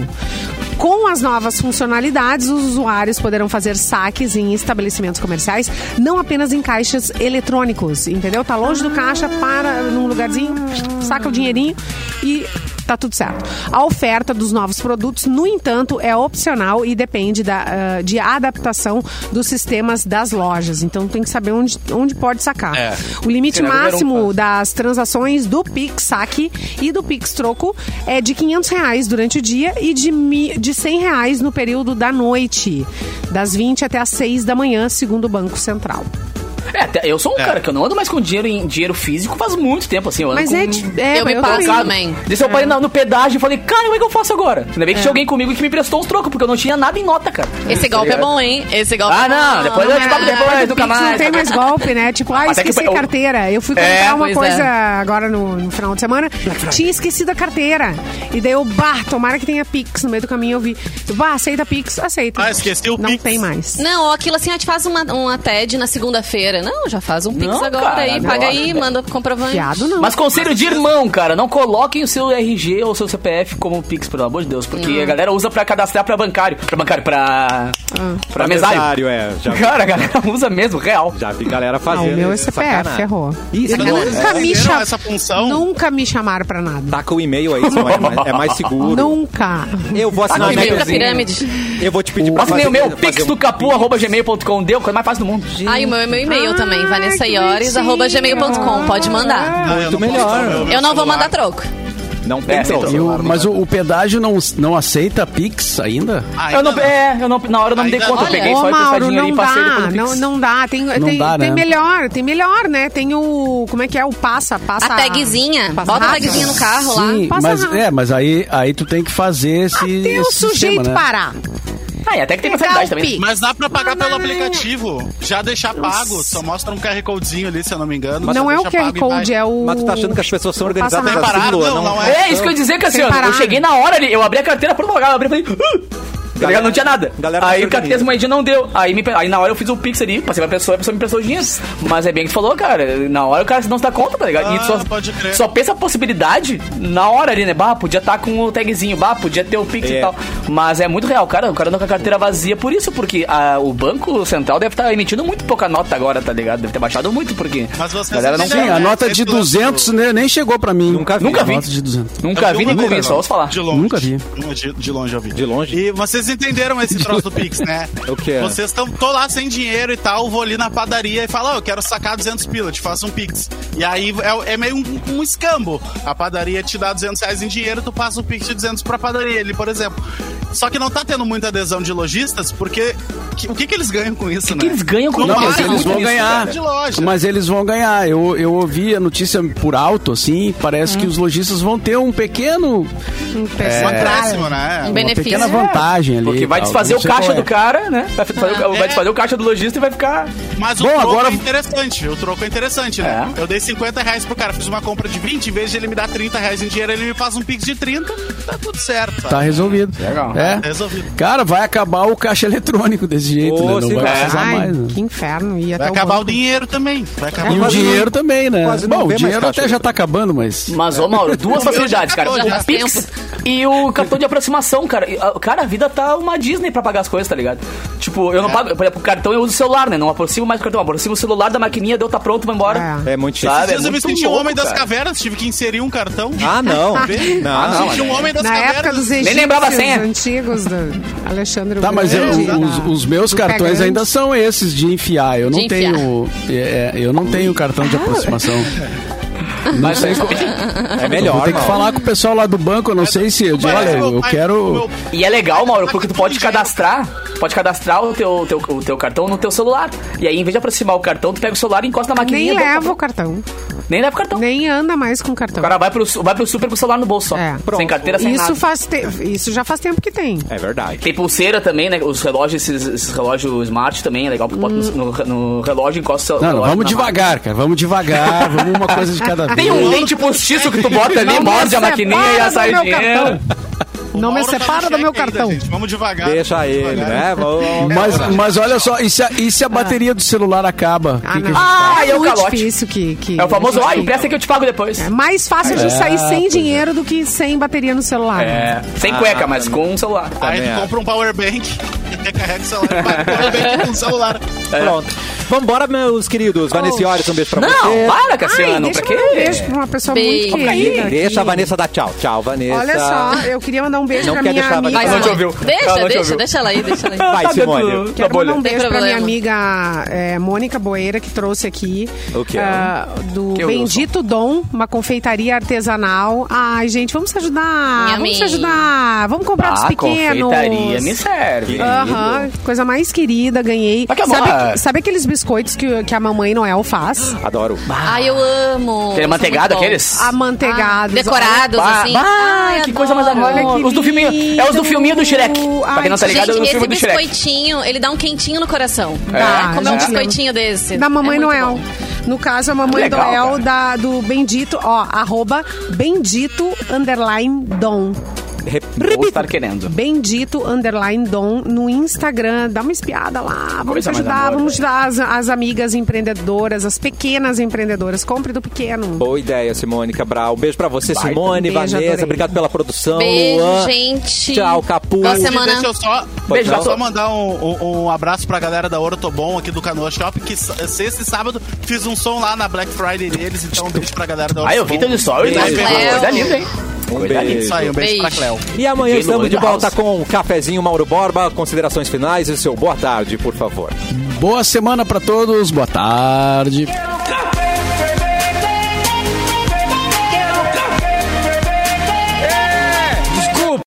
Speaker 5: Com as novas funcionalidades, os usuários poderão fazer saques em estabelecimentos comerciais, não apenas em caixas eletrônicos, entendeu? Tá longe do caixa, para num lugarzinho, saca o dinheirinho e tá tudo certo. A oferta dos novos produtos, no entanto, é opcional e depende da, ah, de adaptação dos sistemas das lojas. Então tem que saber onde, onde pode sacar.
Speaker 4: É.
Speaker 5: O limite
Speaker 2: Será que o número um
Speaker 5: máximo
Speaker 2: faz?
Speaker 5: das transações do Pix saque e do Pix troco é de 500 reais durante o dia e de, mi- de 100 reais no período da noite, das 20 até as 6 da manhã, segundo o Banco Central.
Speaker 2: É, até- eu sou um
Speaker 4: É.
Speaker 2: cara que eu não ando mais com dinheiro em dinheiro físico faz muito tempo, assim. Eu ando
Speaker 5: Mas
Speaker 2: com...
Speaker 5: é, de- é
Speaker 3: Eu me
Speaker 5: eu
Speaker 3: passo
Speaker 5: também. né?
Speaker 2: Sabe?
Speaker 3: também.
Speaker 2: Desse eu parei na- no pedágio e falei, cara, como é que eu faço agora? Ainda bem que tinha alguém comigo que me emprestou os trocos, porque eu não tinha nada em nota, cara.
Speaker 3: Esse golpe é
Speaker 2: ligado?
Speaker 3: bom, hein? Esse golpe
Speaker 2: Ah,
Speaker 3: é bom.
Speaker 2: não, depois eu te pago depois,
Speaker 5: Ah, do
Speaker 2: nunca
Speaker 5: Pix Não
Speaker 2: mais.
Speaker 5: tem mais golpe, né? Tipo, ah,
Speaker 2: Até que
Speaker 5: esqueci a
Speaker 2: eu-
Speaker 5: carteira. Eu fui comprar
Speaker 2: É,
Speaker 5: uma
Speaker 2: pois
Speaker 5: coisa
Speaker 2: é.
Speaker 5: agora no, no final de semana. Tinha esquecido a carteira. E daí eu, bah, tomara que tenha Pix. No meio do caminho eu vi. Bah, aceita Pix, aceita.
Speaker 4: Ah, esqueci o
Speaker 5: Não
Speaker 4: Pix.
Speaker 5: tem mais.
Speaker 3: Não, ou aquilo assim, a gente faz uma, uma TED na segunda-feira. Não, já faz um Pix
Speaker 2: Não,
Speaker 3: agora
Speaker 2: cara,
Speaker 3: aí,
Speaker 2: não.
Speaker 3: paga aí, manda comprovante.
Speaker 5: Fiado não.
Speaker 2: Mas conselho de irmão, cara, não coloquem o seu RG ou o seu CPF como Pix, pelo amor de Deus, porque a galera usa pra cadastrar pra bancário, pra bancário, pra...
Speaker 5: Ah.
Speaker 2: pra mesário.
Speaker 1: Mesário, é. Já,
Speaker 2: Cara, a galera usa mesmo, real.
Speaker 1: já vi galera fazendo.
Speaker 5: Não, o meu é
Speaker 1: essa
Speaker 5: CPF,
Speaker 1: sacanagem.
Speaker 5: ferrou.
Speaker 1: Isso,
Speaker 4: é
Speaker 6: é-
Speaker 5: Nunca
Speaker 1: não,
Speaker 4: Vocês
Speaker 5: me
Speaker 4: viram
Speaker 5: cham-
Speaker 4: essa
Speaker 2: Hum.
Speaker 4: função?
Speaker 5: Nunca me chamaram pra nada.
Speaker 1: Taca Tá o e-mail aí, senão é mais, é mais seguro.
Speaker 5: Nunca.
Speaker 1: Eu vou
Speaker 3: Tá
Speaker 1: assinar
Speaker 3: no
Speaker 1: o
Speaker 3: e-mail da
Speaker 1: e-mailzinho.
Speaker 3: pirâmide.
Speaker 1: Eu vou te pedir pra
Speaker 2: Nossa, nem o
Speaker 1: fazer-
Speaker 2: meu,
Speaker 1: fazer um-
Speaker 2: pix.capu.gmail.com deu, coisa mais fácil do mundo.
Speaker 3: Ah, e o meu é meu e-mail
Speaker 5: Ah,
Speaker 3: também,
Speaker 5: que
Speaker 3: vanessaiores.gmail.com.
Speaker 5: bonitinho.
Speaker 3: Pode mandar.
Speaker 4: Ah, eu não
Speaker 1: Muito
Speaker 4: posso
Speaker 1: melhor.
Speaker 4: dar o meu
Speaker 3: Eu não vou
Speaker 4: celular.
Speaker 3: mandar troco.
Speaker 1: Não tem
Speaker 2: É, sem
Speaker 1: troco.
Speaker 6: E o- mas o, o pedágio não, não aceita Pix ainda?
Speaker 4: Ah,
Speaker 2: Eu
Speaker 4: ainda
Speaker 2: não, é, eu não, na hora eu não me dei
Speaker 4: Ainda
Speaker 2: conta, eu
Speaker 3: não.
Speaker 2: peguei só
Speaker 5: Ô,
Speaker 2: a
Speaker 5: Mauro,
Speaker 2: emprestadinho ali
Speaker 5: não
Speaker 2: e passei
Speaker 5: dá,
Speaker 2: depois do
Speaker 5: não,
Speaker 2: Pix.
Speaker 5: não dá. Tem, tem,
Speaker 6: dá,
Speaker 5: tem
Speaker 6: né?
Speaker 5: melhor, tem melhor, né? Tem o. Como é que é? O passa, passa.
Speaker 3: A tagzinha.
Speaker 5: passa
Speaker 3: Bota a
Speaker 5: rápido.
Speaker 3: tagzinha no carro lá.
Speaker 6: Sim,
Speaker 5: Ah, Passa
Speaker 6: mas,
Speaker 5: rápido.
Speaker 6: é, mas aí, aí tu tem que fazer esse.
Speaker 5: Até o
Speaker 6: esse
Speaker 5: um sujeito
Speaker 6: sistema, né?
Speaker 5: parar.
Speaker 2: Ah, e até que tem
Speaker 5: Pegar
Speaker 2: facilidade
Speaker 5: o
Speaker 2: também.
Speaker 5: Pix.
Speaker 4: Mas dá pra pagar
Speaker 5: Não, não,
Speaker 4: pelo
Speaker 5: não, não.
Speaker 4: aplicativo. Já deixar pago. Só mostra um QR Codezinho ali, se eu não me engano.
Speaker 5: não
Speaker 4: Já
Speaker 5: é
Speaker 4: deixa
Speaker 5: o
Speaker 4: pago
Speaker 5: QR
Speaker 4: e vai.
Speaker 5: Code, é o.
Speaker 1: Mas tu tá achando que as pessoas são organizadas
Speaker 5: Passa
Speaker 1: assim,
Speaker 4: rápido.
Speaker 1: Lua?
Speaker 4: Não, não
Speaker 2: É, isso que eu ia dizer, Cassiano.
Speaker 5: Sem parar.
Speaker 2: Eu cheguei na hora ali, eu abri a carteira pro lugar, eu abri e falei. "Ah!" Tá ligado? não tinha nada.
Speaker 1: Galera,
Speaker 2: aí
Speaker 1: não se
Speaker 2: o
Speaker 1: organiza.
Speaker 2: carteira as moedinhas não deu. Aí, me, aí na hora eu fiz o pix ali, passei pra pessoa, a pessoa me prestou os dinheiros. Mas é bem que tu falou, cara. Na hora o cara não se dá conta, tá ligado?
Speaker 4: Ah,
Speaker 2: tu só,
Speaker 4: pode crer.
Speaker 2: só pensa a possibilidade na hora ali, né? Bah, podia estar com o tagzinho, bah, podia ter o pix
Speaker 1: É.
Speaker 2: e tal. Mas é muito real, cara. O cara anda com a carteira vazia por isso, porque ah, o Banco Central deve estar emitindo muito pouca nota agora, tá ligado? Deve ter baixado muito, porque.
Speaker 4: Mas vocês
Speaker 2: galera não um
Speaker 4: entenderam,
Speaker 6: Sim, a
Speaker 4: né?
Speaker 6: nota de
Speaker 4: Esse lance
Speaker 6: 200 né, nem chegou pra mim.
Speaker 1: Nunca vi.
Speaker 2: Nunca
Speaker 6: A
Speaker 2: vi.
Speaker 6: nota de 200.
Speaker 2: Nunca
Speaker 4: Eu
Speaker 2: vi nem
Speaker 4: nunca,
Speaker 2: comi, só
Speaker 4: não.
Speaker 2: ouço falar.
Speaker 4: De longe.
Speaker 6: Nunca vi.
Speaker 4: De, de longe eu vi.
Speaker 1: De longe?
Speaker 4: E vocês entenderam esse troço do Pix, né?
Speaker 1: O que é?
Speaker 4: Vocês estão, tô lá sem dinheiro e tal, vou ali na padaria e falo, ó, eu quero sacar 200 pila, te faço um Pix. E aí é, é meio um, um escambo. A padaria te dá 200 reais em dinheiro, tu passa um Pix de 200 pra padaria ali, por exemplo. Só que não tá tendo muita adesão de lojistas, porque que- o que que eles ganham com isso, né?
Speaker 2: que eles ganham com
Speaker 4: não
Speaker 2: isso?
Speaker 4: pagam
Speaker 2: Eles
Speaker 4: muito
Speaker 2: vão
Speaker 4: nisso,
Speaker 6: ganhar.
Speaker 4: cara, De loja.
Speaker 6: Mas eles vão ganhar. Eu, eu ouvi a notícia por alto, assim, parece
Speaker 1: Hum.
Speaker 6: que os lojistas vão ter um pequeno.
Speaker 4: Um
Speaker 5: É.
Speaker 4: acréscimo, né?
Speaker 3: Um
Speaker 6: Uma
Speaker 3: benefício.
Speaker 1: É.
Speaker 6: pequena vantagem ali.
Speaker 2: Porque vai
Speaker 6: tal.
Speaker 2: desfazer
Speaker 6: Não
Speaker 2: o
Speaker 6: sei qual
Speaker 2: caixa
Speaker 6: é.
Speaker 2: do cara, né? Vai fazer, o- vai
Speaker 4: É.
Speaker 2: desfazer o caixa do lojista e vai ficar.
Speaker 4: Mas o
Speaker 6: Bom,
Speaker 4: troco
Speaker 6: agora-
Speaker 4: é interessante. O troco é interessante, né?
Speaker 2: É.
Speaker 4: Eu dei 50 reais pro cara, fiz uma compra de 20, em vez de ele me dar 30 reais em dinheiro, ele me faz um pix de 30, tá tudo certo.
Speaker 6: Tá resolvido.
Speaker 2: Legal.
Speaker 6: É.
Speaker 4: Resolvido.
Speaker 6: Cara, vai acabar o caixa eletrônico desse jeito,
Speaker 1: Ô,
Speaker 6: né? Não
Speaker 1: sim,
Speaker 6: vai
Speaker 1: vai.
Speaker 6: precisar
Speaker 5: Ai,
Speaker 6: mais. né?
Speaker 5: que inferno. Ia
Speaker 4: Vai
Speaker 5: até
Speaker 4: acabar
Speaker 5: banco.
Speaker 4: o dinheiro também. Vai
Speaker 5: Tá
Speaker 4: acabar
Speaker 6: E o
Speaker 1: É Quase
Speaker 6: dinheiro
Speaker 1: não-
Speaker 6: também, né?
Speaker 1: quase não
Speaker 6: Bom,
Speaker 1: vê
Speaker 6: o
Speaker 1: mais
Speaker 6: dinheiro
Speaker 1: caixa
Speaker 6: até já tá acabando, mas.
Speaker 2: Mas, ô Mauro, duas facilidades, cara.
Speaker 4: acabou, já
Speaker 2: O
Speaker 3: faz
Speaker 2: Pix e o cartão de aproximação, cara. E, a- Cara, a vida tá uma Disney pra pagar as coisas, tá ligado? Tipo, eu não pago. Por exemplo, o cartão eu uso o celular, né? Não aproximo mais o cartão, aproximo o celular da maquininha, deu, tá pronto, vai embora.
Speaker 1: É muito difícil.
Speaker 2: Sabe?
Speaker 4: Esses dias eu me
Speaker 2: muito
Speaker 4: senti um
Speaker 2: louco,
Speaker 4: homem das
Speaker 2: cara.
Speaker 4: cavernas, tive que inserir um cartão.
Speaker 1: Ah, não.
Speaker 4: Ah,
Speaker 1: Não,
Speaker 4: senti um homem das
Speaker 5: Na
Speaker 4: cavernas.
Speaker 5: época dos egípcios
Speaker 2: lembrava a senha.
Speaker 5: antigos do Alexandre
Speaker 6: Tá,
Speaker 5: o
Speaker 6: mas eu-
Speaker 5: Grande,
Speaker 6: os,
Speaker 5: da-
Speaker 6: os meus
Speaker 5: do pé
Speaker 6: cartões
Speaker 5: grande.
Speaker 6: ainda são esses de enfiar. Eu não
Speaker 3: De enfiar. Ah,
Speaker 6: tenho. é, é, eu não tenho cartão de aproximação.
Speaker 2: Mas isso aí-
Speaker 1: é
Speaker 6: Vou
Speaker 1: melhor,
Speaker 6: ter que
Speaker 1: Mauro.
Speaker 6: falar com o pessoal lá do banco, eu não sei se. Eu digo,
Speaker 4: Parece
Speaker 6: olha,
Speaker 4: meu
Speaker 6: eu
Speaker 4: pai-
Speaker 6: quero.
Speaker 4: meu-
Speaker 2: E é legal, Mauro, porque tu pode cadastrar, pode cadastrar o teu, o teu, o teu cartão no teu celular. E aí, em vez de aproximar o cartão, tu pega o celular e encosta na
Speaker 5: Nem
Speaker 2: maquininha.
Speaker 6: né?
Speaker 2: deu, tá
Speaker 5: leva o
Speaker 2: pronto.
Speaker 5: cartão.
Speaker 2: Nem leva o cartão.
Speaker 5: Nem anda mais com cartão.
Speaker 2: O cara Então, vai pro, su- vai pro super com o celular no bolso só.
Speaker 5: É.
Speaker 2: Sem carteira, sem
Speaker 5: Isso,
Speaker 2: nada.
Speaker 5: faz te... Isso já faz tempo que tem.
Speaker 1: É verdade.
Speaker 2: Tem pulseira também, né? Os relógios, esses, esses relógios smart também, é legal, porque bota
Speaker 5: Hum.
Speaker 2: no, no- no relógio, encosta o
Speaker 6: Não, não,
Speaker 2: relógio
Speaker 6: vamos
Speaker 2: na
Speaker 6: devagar, cara. Vamos devagar, vamos uma coisa de cada
Speaker 2: máquina. Tem um
Speaker 6: vez.
Speaker 2: lente postiço que tu bota ali, morde a
Speaker 5: separa
Speaker 2: maquininha e
Speaker 5: do
Speaker 2: já sai
Speaker 5: meu
Speaker 2: dinheiro.
Speaker 5: tipo, Não me
Speaker 4: Mauro tá no
Speaker 5: separa do
Speaker 4: cheque
Speaker 5: meu
Speaker 4: ainda,
Speaker 5: cartão.
Speaker 4: gente. Vamos devagar.
Speaker 1: Deixa
Speaker 4: vamos
Speaker 1: ele,
Speaker 4: devagar.
Speaker 1: né? Vamos-
Speaker 6: Mas, mas olha só, e se a, e se a bateria do celular acaba?
Speaker 5: Ah,
Speaker 6: Que
Speaker 5: não.
Speaker 6: que a gente-
Speaker 2: Ah,
Speaker 5: é
Speaker 2: é o
Speaker 5: muito
Speaker 2: calote.
Speaker 5: difícil que... que
Speaker 2: É o famoso,
Speaker 5: que-
Speaker 2: ó, empresta que eu te pago depois.
Speaker 5: É mais fácil a gente sair sem dinheiro do que sem bateria no celular.
Speaker 2: É, sem cueca, mas com um celular.
Speaker 4: Aí
Speaker 1: Também
Speaker 4: tu compra um power bank, recarrega o celular, e paga o power bank com o celular.
Speaker 5: É.
Speaker 1: Pronto. Vambora, meus queridos. Vanessa Ores, um beijo pra
Speaker 2: Não,
Speaker 1: você.
Speaker 2: para,
Speaker 5: Ai,
Speaker 2: Cassiano,
Speaker 5: deixa
Speaker 2: pra
Speaker 5: eu mandar um beijo
Speaker 2: quê?
Speaker 5: pra uma pessoa
Speaker 3: Beijo.
Speaker 5: muito querida.
Speaker 1: Deixa a
Speaker 5: aqui.
Speaker 1: Vanessa dar tchau. Tchau, Vanessa.
Speaker 5: Olha só, eu queria mandar um beijo
Speaker 1: Não
Speaker 5: pra
Speaker 1: quer
Speaker 5: minha
Speaker 1: deixar a
Speaker 5: amiga.
Speaker 1: Vanessa-
Speaker 3: Vai,
Speaker 2: Não te
Speaker 3: Simone.
Speaker 2: ouviu. Ela
Speaker 3: Deixa,
Speaker 2: não te
Speaker 3: deixa,
Speaker 2: ouviu.
Speaker 3: deixa ela aí, deixa ela aí.
Speaker 1: Vai,
Speaker 2: Tá dentro
Speaker 1: Simone.
Speaker 2: da
Speaker 5: Quero
Speaker 2: bolha.
Speaker 5: mandar um beijo pra minha
Speaker 3: problema.
Speaker 5: amiga é, Mônica Boeira, que trouxe aqui.
Speaker 1: O que é?
Speaker 5: ah, do
Speaker 2: Que eu
Speaker 5: Bendito Dom, uma confeitaria artesanal. Ai, gente, vamos se ajudar.
Speaker 3: Minha
Speaker 5: vamos se
Speaker 3: amiga.
Speaker 5: ajudar. Vamos comprar dos
Speaker 2: Ah,
Speaker 5: pequenos. Ah,
Speaker 2: confeitaria me serve.
Speaker 5: Aham, coisa mais querida, ganhei.
Speaker 2: Vai que é
Speaker 5: Sabe,
Speaker 2: mó-
Speaker 5: aqu- sabe aqueles biscoitos que, que a mamãe Noel faz?
Speaker 1: Adoro.
Speaker 3: Ai, eu amo.
Speaker 2: Aquele
Speaker 3: São
Speaker 2: manteigado,
Speaker 3: muito bons.
Speaker 2: aqueles?
Speaker 5: Ah, Amanteigados.
Speaker 3: Decorados,
Speaker 2: Bah,
Speaker 3: assim.
Speaker 2: bah,
Speaker 3: Ai,
Speaker 2: que coisa mais
Speaker 3: adoro.
Speaker 5: Olha que
Speaker 2: Os do filminho- é os do
Speaker 5: lindo.
Speaker 2: filminho do Shrek. Pra quem não tá
Speaker 5: Ai,
Speaker 2: ligado,
Speaker 3: Gente,
Speaker 2: é no
Speaker 3: esse
Speaker 2: filme do Shrek. Ah,
Speaker 3: biscoitinho, ele dá um quentinho no coração. É,
Speaker 5: Dá,
Speaker 3: comer um
Speaker 5: já.
Speaker 3: biscoitinho desse.
Speaker 5: Da Mamãe
Speaker 3: É muito
Speaker 5: Noel.
Speaker 3: bom.
Speaker 5: No caso, a Mamãe
Speaker 2: Legal,
Speaker 5: Noel
Speaker 2: cara.
Speaker 5: da, do Bendito, ó, arroba Bendito Underline Dom.
Speaker 2: Vou estar querendo.
Speaker 5: Bendito Underline Dom no Instagram. Dá uma espiada lá. Vamos
Speaker 2: Coisa mais
Speaker 5: ajudar,
Speaker 2: amor,
Speaker 5: vamos ajudar as, as amigas empreendedoras, as pequenas empreendedoras. Compre do pequeno.
Speaker 1: Boa ideia, Simone Cabral. Um beijo pra você,
Speaker 2: Baita.
Speaker 1: Simone,
Speaker 5: Beijo,
Speaker 1: Vanessa.
Speaker 5: adorei.
Speaker 1: Obrigado pela produção.
Speaker 3: Beijo,
Speaker 1: Luan.
Speaker 3: gente.
Speaker 1: Tchau, Capu.
Speaker 3: Boa
Speaker 1: Gente,
Speaker 3: semana.
Speaker 4: Deixa eu só,
Speaker 1: Beijo,
Speaker 4: só
Speaker 1: Gato.
Speaker 4: mandar um, um, um abraço pra galera da Ortobon aqui do Canoa Shop, que s- sexta e sábado fiz um som lá na Black Friday deles, então um beijo pra galera da Ortobon.
Speaker 2: Ah, eu vi teu stories.
Speaker 4: Beijo,
Speaker 2: né?
Speaker 4: Cleo.
Speaker 2: Coisa linda, hein?
Speaker 1: Um
Speaker 2: Coisa linda.
Speaker 1: beijo.
Speaker 4: Isso aí, um beijo, pra
Speaker 3: Beijo.
Speaker 4: Cleo.
Speaker 1: E amanhã
Speaker 2: DJ
Speaker 1: estamos
Speaker 2: Luan
Speaker 1: de
Speaker 2: de
Speaker 1: volta
Speaker 2: House.
Speaker 1: com o cafezinho Mauro Borba, considerações finais e o seu boa tarde, por favor.
Speaker 6: Boa semana pra todos, boa tarde.